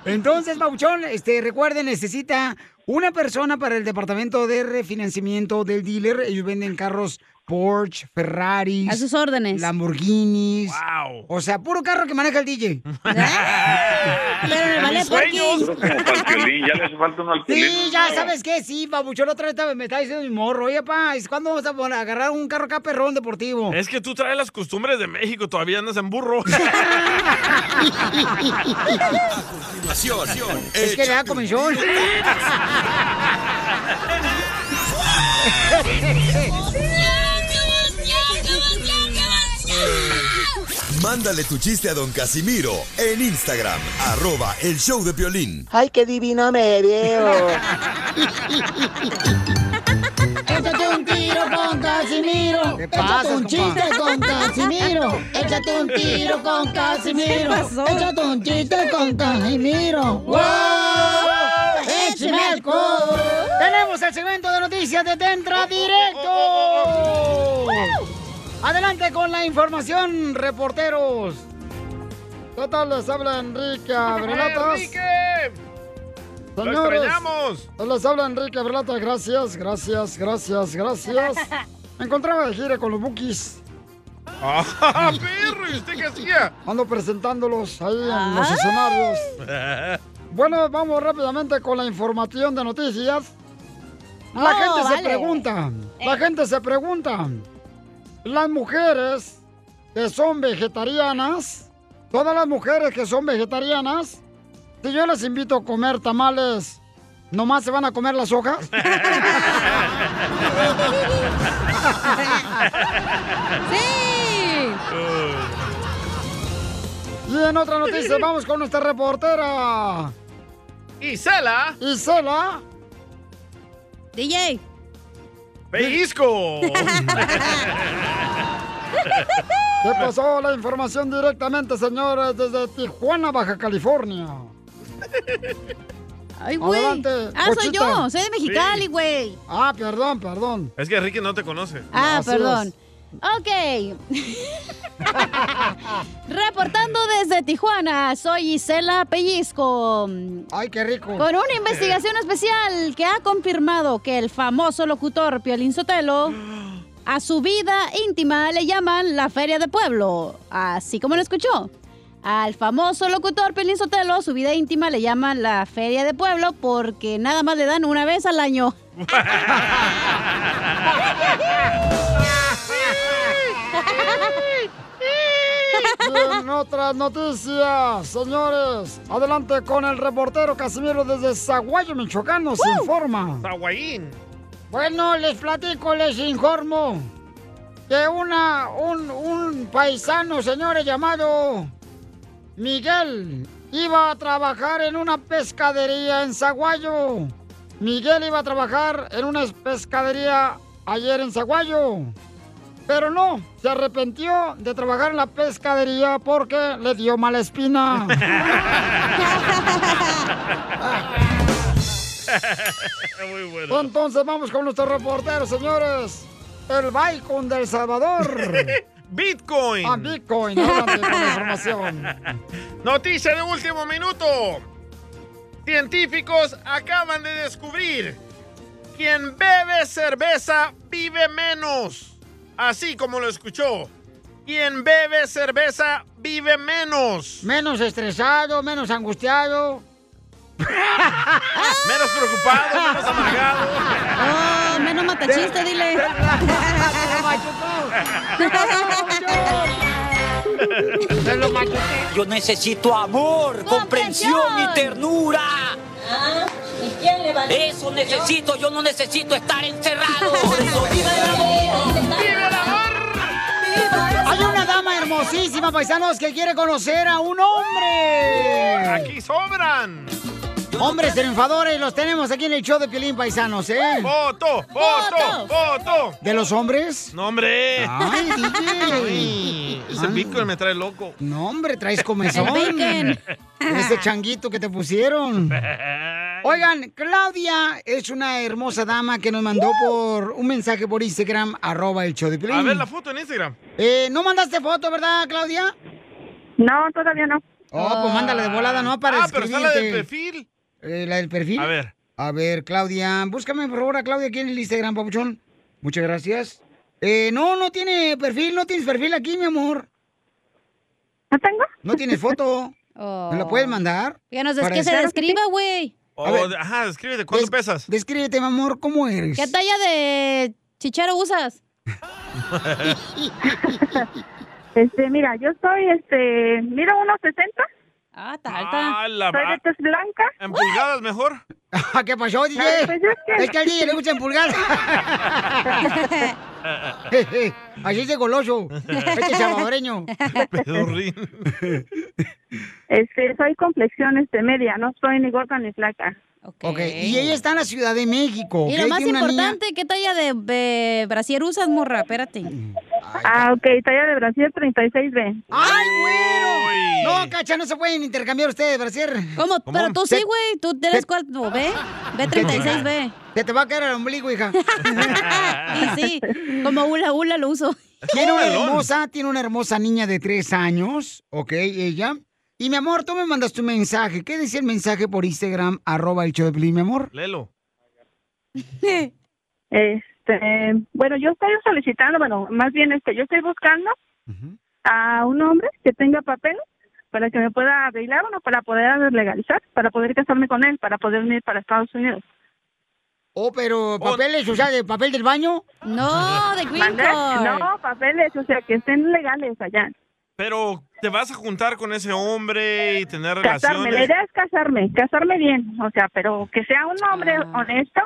Entonces, babuchón, este, recuerden, necesita una persona para el departamento de refinanciamiento del dealer. Ellos venden carros Porsche, Ferraris. A sus órdenes. Lamborghinis. O sea, puro carro que maneja el DJ. Pero me vale Mis sueños. Puro como para el Piolín, ya le hace falta uno al Sí, Piolín. ya sabes qué, sí, babuchón, la otra vez estaba- me estaba diciendo mi morro, oye, pa, ¿es ¿cuándo vamos a poner- agarrar un carro acá perrón deportivo? Es que tú traes las costumbres de México, todavía andas en burro. Continuación. Es que le da comisión. Mándale tu chiste a don Casimiro en Instagram, arroba el show de violín. ¡Ay, qué divino me veo! Échate un tiro con Casimiro. ¿Qué Échate pasas, un compa? chiste con Casimiro. Échate un tiro con Casimiro. ¿Qué pasó? Échate un chiste con Casimiro. ¡Wow! ¡Échame alcohol! Oh, Tenemos el segmento de noticias de Tentra oh, Directo. Adelante con la información, reporteros. ¿Qué tal les habla Enrique Abrelatas? ¡Lo Señores, extrañamos! Les habla Enrique Abrelata, gracias, gracias, gracias, gracias. Me encontraba de gira con los Bookies. ¡Ah, perro! ¿Y usted qué hacía? Ando presentándolos ahí en los escenarios. Bueno, vamos rápidamente con la información de noticias. La Oh, gente se vale. pregunta, la gente se pregunta, las mujeres que son vegetarianas, todas las mujeres que son vegetarianas, si yo les invito a comer tamales, ¿nomás se van a comer las hojas? ¡Sí! Y en otra noticia, vamos con nuestra reportera. Isela. Isela. DJ. ¡Pellizco! ¿Qué pasó? La información directamente, señores, desde Tijuana, Baja California. Ay, güey. Ah, soy yo, soy de Mexicali, güey. Ah, perdón, perdón. Es que Ricky no te conoce. Ah, perdón. Ok. Reportando desde Tijuana, soy Isela Pellizco. Ay, qué rico. Con una investigación especial que ha confirmado que el famoso locutor Piolín Sotelo a su vida íntima le llaman la Feria de Pueblo, así como lo escuchó. Al famoso locutor Piolín Sotelo, su vida íntima le llaman la Feria de Pueblo porque nada más le dan una vez al año. Y en otras noticias, señores, adelante con el reportero Casimiro desde Zaguayo, Michoacán, nos informa. Zaguayín. Bueno, les platico, les informo que una, un, un paisano, señores, llamado Miguel, iba a trabajar en una pescadería en Zaguayo. Miguel iba a trabajar en una pescadería ayer en Zaguayo. Pero no, se arrepintió de trabajar en la pescadería porque le dio mala espina. Muy bueno. Entonces vamos con nuestro reportero, señores. El Bitcoin del Salvador. Bitcoin. Ah, Bitcoin. Adelante con la información. Noticia de último minuto. Científicos acaban de descubrir quien bebe cerveza vive menos. Así como lo escuchó. Quien bebe cerveza vive menos. Menos estresado, menos angustiado. Menos preocupado, menos amargado. Oh, menos matachiste, dile. Yo necesito amor, comprensión y ternura. Ah, ¿Y quién le va a decir? Eso necesito, yo no necesito estar encerrado. Por eso, viva el Hay una dama hermosísima, paisanos, que quiere conocer a un hombre. Aquí sobran. Hombres triunfadores los tenemos aquí en el show de Piolín, paisanos, ¿eh? ¡Voto, voto, voto! ¿De los hombres? No, hombre. Ay, DJ. Ese Bitcoin me trae loco. No, hombre, traes comezón. El bacon. Ese changuito que te pusieron. Oigan, Claudia es una hermosa dama que nos mandó por un mensaje por Instagram, arroba el show de Piolín. ¡Uh! A ver la foto en Instagram. Eh, ¿No mandaste foto, verdad, Claudia? No, todavía no. Oh, pues mándala de volada, ¿no? Para Ah, pero está la escribirte. del perfil. Eh, ¿La del perfil? A ver. A ver, Claudia. Búscame, por favor, a Claudia aquí en el Instagram, papuchón. Muchas gracias. Eh, no, no tiene perfil. No tienes perfil aquí, mi amor. ¿No tengo? No tienes foto. ¿Me lo puedes mandar? Ya nos Para es que se estar- describa, güey. Oh, de- ajá, descríbete, ¿cuánto pesas? Descríbete, mi amor, ¿cómo eres? ¿Qué talla de chichero usas? Este, mira, yo soy, este, miro unos 60. Ah, está alta. la soy de tez blanca. ¿En pulgadas mejor? Ah, ¿Qué pasó, DJ? Ay, pues es que- Es que al DJ le gusta en pulgadas. Ah, Eh, eh, Así es goloso. Este salvadoreño. Este, soy complexión, este, media, no soy ni gorda ni flaca. Ok, y ella está en la Ciudad de México. Y ¿ok? lo más Tiene una niña- importante, ¿qué talla de, de brasier usas, morra? Espérate. Ah, ok, talla de Brasil 36B. ¡Ay, güero! No, cacha, no se pueden intercambiar ustedes, brasier. ¿Cómo? Pero tú sí, güey. Tú eres cuál. No, ve. Ve 36B. Se te va a caer el ombligo, hija. y sí, como hula hula lo uso. Tiene una hermosa, tiene una hermosa niña de tres años, ¿ok? Ella. Y mi amor, tú me mandas tu mensaje. ¿Qué decía el mensaje por Instagram, arroba el show de Piolín, mi amor? Lelo. Este, bueno, yo estoy solicitando, bueno, más bien, este, yo estoy buscando a un hombre que tenga papel para que me pueda arreglar, bueno, para poder legalizar, para poder casarme con él, para poder venir para Estados Unidos. Oh, pero papeles, o sea, de papel del baño. No, de green ¿Mande? card. No, papeles, o sea, que estén legales allá. Pero te vas a juntar con ese hombre y tener Casarme, la relaciones. idea es casarme, casarme bien, o sea, pero que sea un hombre honesto,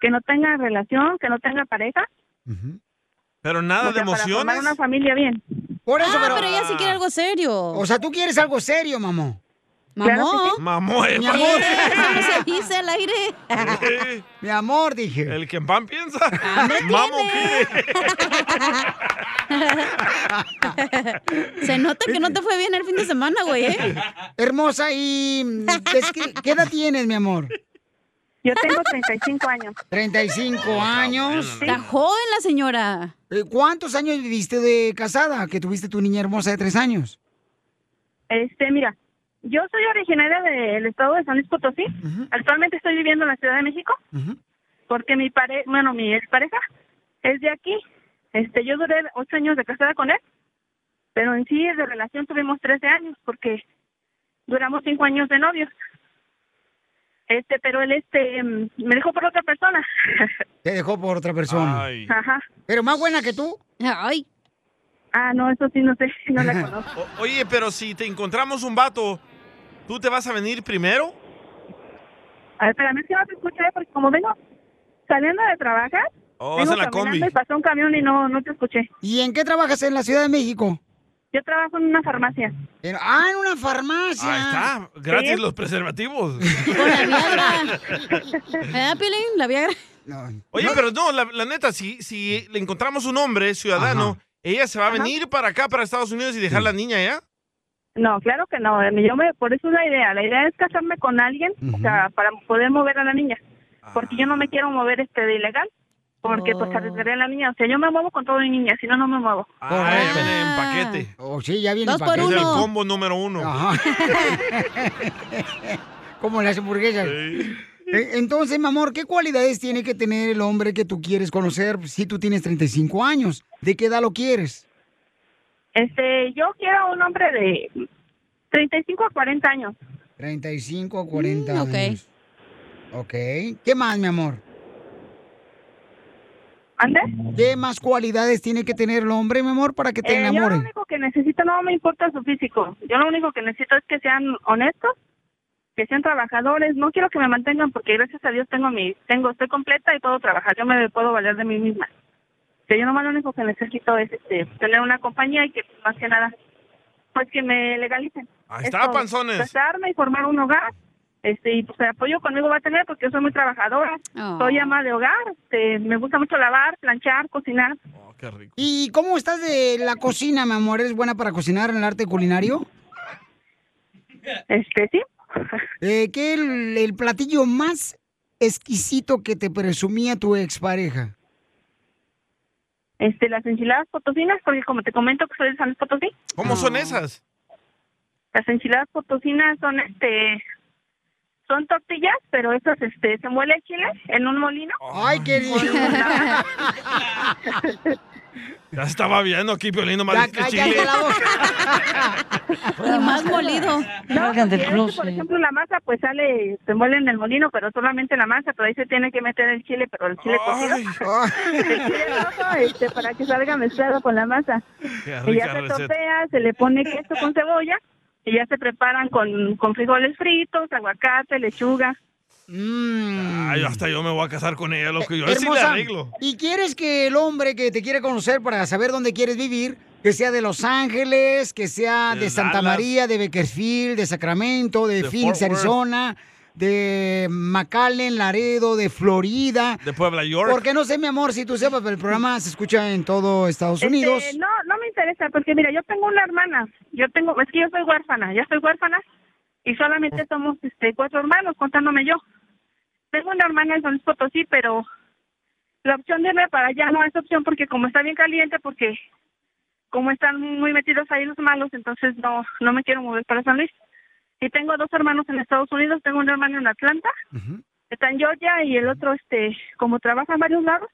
que no tenga relación, que no tenga pareja, Pero nada o de sea, para formar emociones. una familia bien. Por eso, Ah, pero- pero ella sí quiere algo serio. O sea, tú quieres algo serio, mamón. Mamó. Mamó, eh, Mi mamó. amor. Se dice al aire. Mi amor, dije. El que en pan piensa. Mamo quiere. Se nota que no te fue bien el fin de semana, güey. ¿eh? Hermosa, ¿y mm, es que- qué edad tienes, mi amor? Yo tengo 35 años. 35 años. Eh, Está joven la señora. ¿Cuántos años viviste de casada que tuviste tu niña hermosa de tres años? Este, mira, yo soy originaria del estado de San Luis Potosí. Actualmente estoy viviendo en la Ciudad de México porque mi pare, bueno, mi expareja es de aquí. Este, yo duré ocho años de casada con él, pero en sí de relación tuvimos 13 años porque duramos cinco años de novios. Este, pero él este mm, me dejó por otra persona. Te dejó por otra persona. Ajá. Pero más buena que tú. Ay. Ah, no, eso sí no sé, no la conozco. O- Oye, pero si te encontramos un vato, ¿tú te vas a venir primero? A ver, espérame, es que no te escuché porque como vengo saliendo de trabajar, Oh, vengo vas en la caminando combi. y pasó un camión y no, no te escuché. ¿Y en qué trabajas en la Ciudad de México? Yo trabajo en una farmacia. ah, en una farmacia. Ahí está. Gratis los preservativos. ¿Verdad, Pilín? La Viagra. Oye, pero no, la, la neta, si, si le encontramos un hombre ciudadano, ella se va a Ajá. venir para acá, para Estados Unidos y dejar la niña ya. No, claro que no. Yo me, por eso es la idea. La idea es casarme con alguien, o sea, para poder mover a la niña, Ah. porque yo no me quiero mover este de ilegal, porque Oh. pues arriesgaré a la niña. O sea, yo me muevo con todo y niña, si no no me muevo. Ah, ya viene en paquete. Oh, sí, ya viene Dos en por paquete. Es el uno. combo número uno. Como las hamburguesas. E- Entonces, mi amor, ¿qué cualidades tiene que tener el hombre que tú quieres conocer si tú tienes 35 años? ¿De qué edad lo quieres? Este, yo quiero un hombre de 35 a 40 años. 35 a 40 ok. años. Ok. ¿Qué más, mi amor? ¿Ande? ¿Qué más cualidades tiene que tener el hombre, mi amor, para que te Eh, yo enamore? lo único que necesito no me importa su físico. Yo lo único que necesito es que sean honestos, que sean trabajadores. No quiero que me mantengan porque gracias a Dios tengo mi, tengo, estoy completa y puedo trabajar. Yo me puedo valer de mí misma. O sea, yo nomás lo único que necesito es este, tener una compañía y que más que nada, pues que me legalicen. Ahí está, Esto, panzones. Casarme y formar un hogar. Este, y pues el apoyo conmigo va a tener porque yo soy muy trabajadora, Oh. soy ama de hogar, este, me gusta mucho lavar, planchar, cocinar. ¿Y cómo estás de la cocina, mi amor? ¿Eres buena para cocinar en el arte culinario? Este, sí. Eh, ¿Qué el, el platillo más exquisito que te presumía tu expareja? este las enchiladas potosinas porque como te comento que soy de San Luis Potosí ¿Cómo son esas? las enchiladas potosinas son este son tortillas pero esas este se muele el chile en un molino ay qué Ya estaba viendo aquí, Piolín, nomás dice chile. y más molido Salgan del por closet. ejemplo la masa pues sale se muele en el molino pero solamente la masa pero ahí se tiene que meter el chile pero el chile cocido el chile rojo, este para que salga mezclado con la masa Qué y rica ya se receta. tortea, se le pone queso con cebolla y ya se preparan con, con frijoles fritos, aguacate, lechuga. Mm, Mm. Ay, hasta yo me voy a casar con ella, loco. Yo sí le Hermosa, arreglo. ¿y quieres que el hombre que te quiere conocer para saber dónde quieres vivir, que sea de Los Ángeles, que sea de, De Santa Dallas. María, de Bakersfield, de Sacramento, de, De Phoenix, Fort Worth. Arizona, de McAllen, Laredo, de Florida? De Puebla, York. Porque no sé, mi amor, si tú sepas, pero el programa se escucha en todo Estados Este, Unidos. no, no me interesa, porque mira, yo tengo una hermana, yo tengo, es que yo soy huérfana, ya soy huérfana, y solamente somos este cuatro hermanos, contándome yo. Tengo una hermana en San Luis Potosí, pero la opción de irme para allá no es opción, porque como está bien caliente, porque como están muy metidos ahí los malos, entonces no, no me quiero mover para San Luis. Y tengo dos hermanos en Estados Unidos, tengo un hermano en Atlanta, está en Georgia, y el otro, este, como trabaja en varios lados,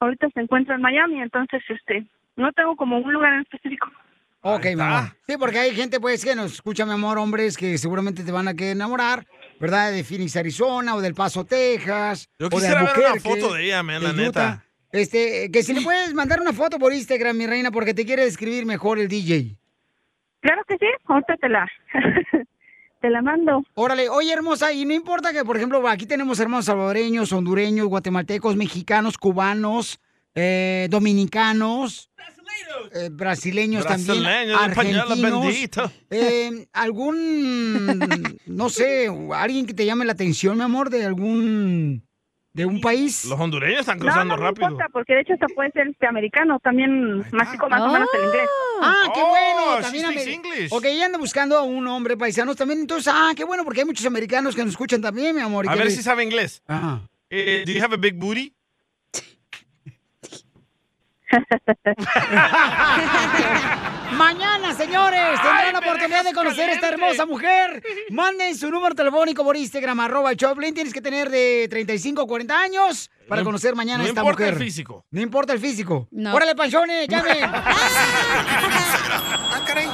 ahorita se encuentra en Miami, entonces este no tengo como un lugar en específico. Ok, mi amor. Sí, porque hay gente, pues, que nos escucha, mi amor, hombres que seguramente te van a querer enamorar. ¿verdad? De Phoenix, Arizona, o del Paso, Texas. Yo o de quisiera ver una Albuquerque, foto de ella, man, la de Utah. neta. Este, eh, que si le puedes mandar una foto por Instagram, mi reina, porque te quiere describir mejor el DJ. Claro que sí, ahorita te la, te la mando. Órale, oye hermosa, y no importa que, por ejemplo, aquí tenemos hermanos salvadoreños, hondureños, guatemaltecos, mexicanos, cubanos, eh, dominicanos, eh, brasileños, también, Brasileños, española, argentinos, bendito. eh, algún, no sé, alguien que te llame la atención, mi amor, de algún, de un país. Los hondureños están No, no, cruzando no rápido. importa, porque de hecho hasta puede ser este americano, también mastico más o menos el inglés. Ah, Oh, qué bueno. También también amer- Ok, ya anda buscando a un hombre paisanos también. Entonces, ah, qué bueno, porque hay muchos americanos que nos escuchan también, mi amor. y A que ver les- si sabe inglés. Eh, do you have a big booty? Mañana, señores, tendrán la oportunidad de conocer a esta hermosa mujer. Manden su número telefónico por Instagram, arroba el Choplin. Tienes que tener de 35 o 40 años para No- conocer mañana no a esta importa mujer. el físico. No importa el físico. Órale, pues, panchones, llamen. Ah, caray.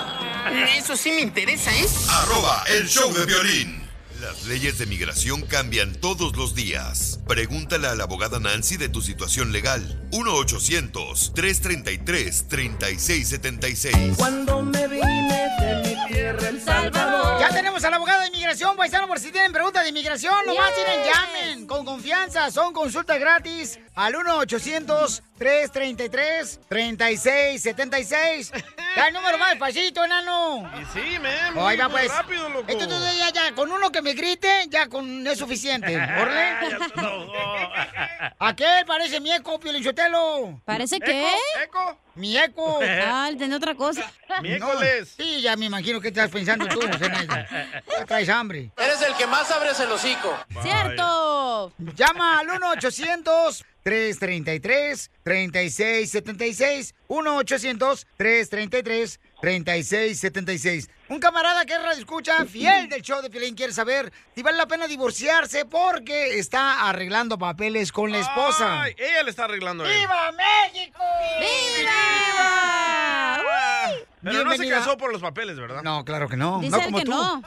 Eso sí me interesa, ¿eh? ¿es? Arroba el show de violín. Las leyes de migración cambian todos los días. Pregúntale a la abogada Nancy de tu situación legal. 1-800-333-3676. Cuando me vine de mi tierra, El Salvador. Ya tenemos al abogado de inmigración, paisano, por si tienen preguntas de inmigración, nomás Yes. tienen, llamen, con confianza, son consultas gratis al 1-800-333-3676. Da el número más despacito, enano. Y sí, man. Ahí va, muy pues. Rápido, loco. Entonces, ya, ya, con uno que me grite, ya con es suficiente, ¿orde? Ya se enojó. Aquel parece mi eco, Piolichotelo. ¿Parece qué? ¿Eco? Mi eco. Ah, le entendí otra cosa. Miércoles. sí, ya me imagino que estás pensando tú, Zenaida. Ya traes hambre. Eres el que más abres el hocico. ¡Cierto! Llama al 1-800-333-3676. 1-800-333-3676. Un camarada que radio escucha, fiel del show de Piolín, quiere saber si vale la pena divorciarse porque está arreglando papeles con la esposa. Ay, ella le está arreglando a él. Ah. ¡Viva México! ¡Viva! Pero no se Bienvenida. casó por los papeles, ¿verdad? No, claro que no. Dice no él como que tú. no.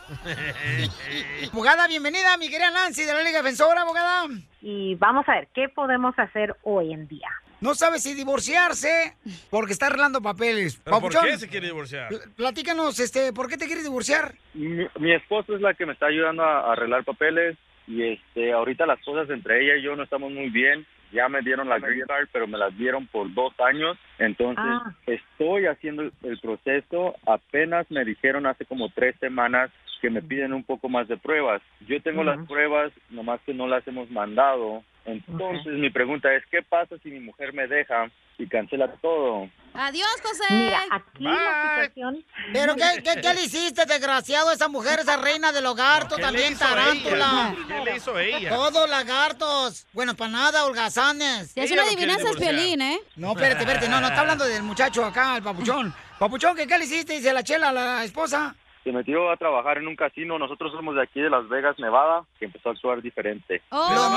Abogada, bienvenida, mi querida Nancy de la Liga Defensora, abogada. Y vamos a ver, ¿qué podemos hacer hoy en día? No sabe si divorciarse porque está arreglando papeles. ¿Pero por Papuchón, qué se quiere divorciar? pl- platícanos, este, ¿por qué te quieres divorciar? Mi, mi esposa es la que me está ayudando a, a arreglar papeles y este ahorita las cosas entre ella y yo no estamos muy bien. Ya me dieron la green card, pero me las dieron por dos años. Entonces Ah. estoy haciendo el- el proceso. Apenas me dijeron hace como tres semanas que me piden un poco más de pruebas. Yo tengo las Ujú. pruebas, nomás que no las hemos mandado. Entonces mi pregunta es, ¿qué pasa si mi mujer me deja y cancela todo? Adiós, José. Mira, aquí la situación. ¿Pero qué, qué, qué le hiciste, desgraciado, a esa mujer, esa reina del hogar? Tú ¿Qué le también, hizo tarántula. ella? ¿Qué le hizo ella? Todos lagartos. Bueno, para nada, holgazanes. Si es Ella una lo quiere adivinanza, es divorciar. Piolín, ¿eh? No, espérate, espérate. No, no, está hablando del muchacho acá, el papuchón. Papuchón, ¿qué, qué le hiciste? Dice la chela a la esposa. se metió a trabajar en un casino. Nosotros somos de aquí de Las Vegas, Nevada, que empezó a actuar diferente. Oh. lo,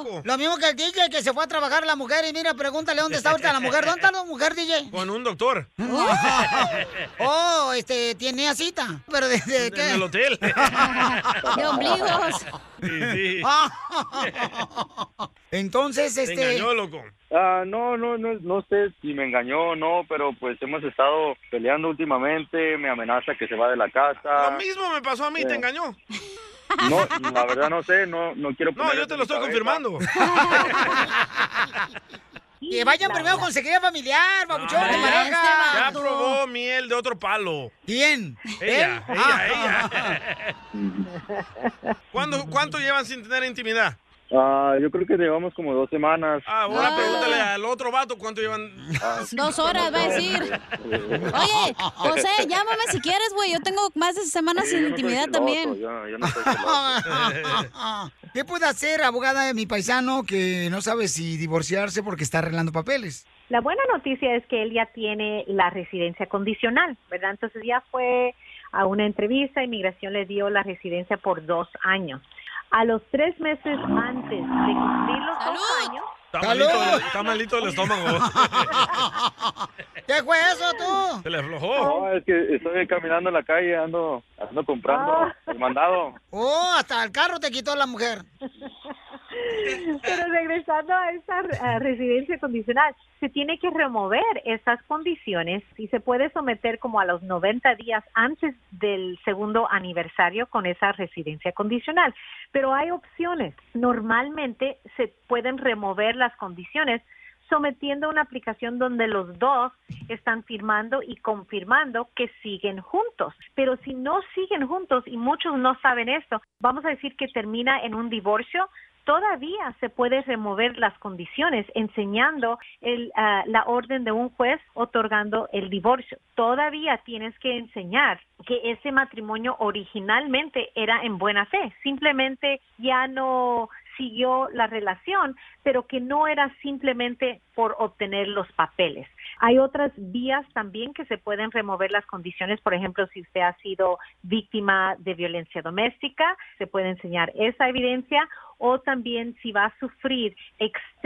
mismo, lo mismo que el DJ que se fue a trabajar la mujer y mira, pregúntale dónde está ahorita la mujer. ¿Dónde está la mujer, DJ? Con un doctor. Oh, este, tenía cita. ¿Pero desde qué? En el hotel. De ombligos. Sí, sí. Ah. Entonces, Te este... engañó, loco. Ah, no, no, no, no sé si me engañó o no, pero pues hemos estado peleando últimamente. Me amenaza que se va de la casa. Lo mismo me pasó a mí, Eh. te engañó. No, la verdad no sé, no, no quiero. No, yo te lo estoy confirmando. Que vayan primero con seguridad familiar, papuchón, de Ya pareja. probó miel de otro palo. ¿Quién? Ella, ¿Él? ella, ella. ¿Cuándo- ¿Cuánto llevan sin tener intimidad? Ah, Ah, yo creo que llevamos como dos semanas. Ahora pregúntale al otro vato cuánto llevan. Dos horas, va a decir. Oye, José, llámame si quieres, güey. Yo tengo más de semanas sin intimidad también. ¿Qué puede hacer, abogada de mi paisano, que no sabe si divorciarse porque está arreglando papeles? La buena noticia es que él ya tiene la residencia condicional, ¿verdad? Entonces ya fue a una entrevista, inmigración le dio la residencia por dos años. A los tres meses antes de cumplir los dos años, Está ¡Salud! malito, está malito el estómago. ¿Qué fue eso tú? Se le aflojó. No, es que estoy caminando en la calle, ando, ando comprando el mandado. Oh, hasta el carro te quitó la mujer. Pero regresando a esa eh, residencia condicional, se tiene que remover esas condiciones y se puede someter como a los 90 días antes del segundo aniversario con esa residencia condicional. Pero hay opciones. Normalmente se pueden remover las condiciones sometiendo una aplicación donde los dos están firmando y confirmando que siguen juntos. Pero si no siguen juntos, y muchos no saben esto, vamos a decir que termina en un divorcio, todavía se puede remover las condiciones enseñando el, ah, la orden de un juez otorgando el divorcio. Todavía tienes que enseñar que ese matrimonio originalmente era en buena fe, simplemente ya no siguió la relación, pero que no era simplemente por obtener los papeles. Hay otras vías también que se pueden remover las condiciones, por ejemplo, si usted ha sido víctima de violencia doméstica, se puede enseñar esa evidencia o también si va a sufrir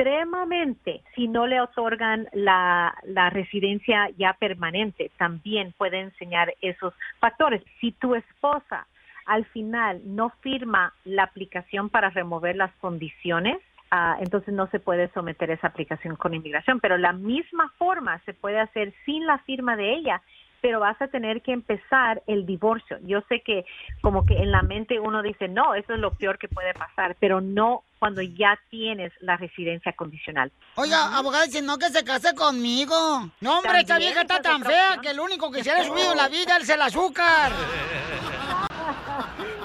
extremadamente si no le otorgan la, la residencia ya permanente, también puede enseñar esos factores. Si tu esposa al final no firma la aplicación para remover las condiciones, ah, entonces no se puede someter esa aplicación con inmigración. Pero la misma forma se puede hacer sin la firma de ella, pero vas a tener que empezar el divorcio. Yo sé que como que en la mente uno dice, no, eso es lo peor que puede pasar, pero no cuando ya tienes la residencia condicional. Oiga, abogada, dice, no que se case conmigo. No, hombre, esta También vieja está esa es tan otra fea opción. que el único que se le ha subido en la vida es el azúcar.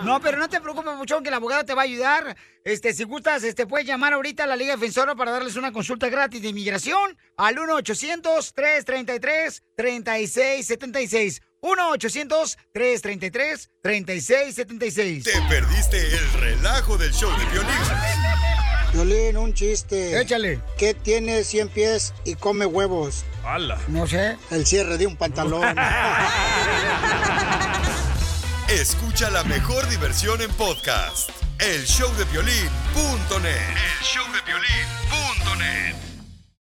No, pero no te preocupes mucho que la abogada te va a ayudar. Este, si gustas, este, puedes llamar ahorita a la Liga Defensora para darles una consulta gratis de inmigración al 1-800-333-3676. 1-800-333-3676. Te perdiste el relajo del show de violín. Violín, un chiste. Échale. ¿Qué tiene 100 pies y come huevos? ¡Hala! No sé. El cierre de un pantalón. Escucha la mejor diversión en podcast. El show de violín.net. El show de violín.net.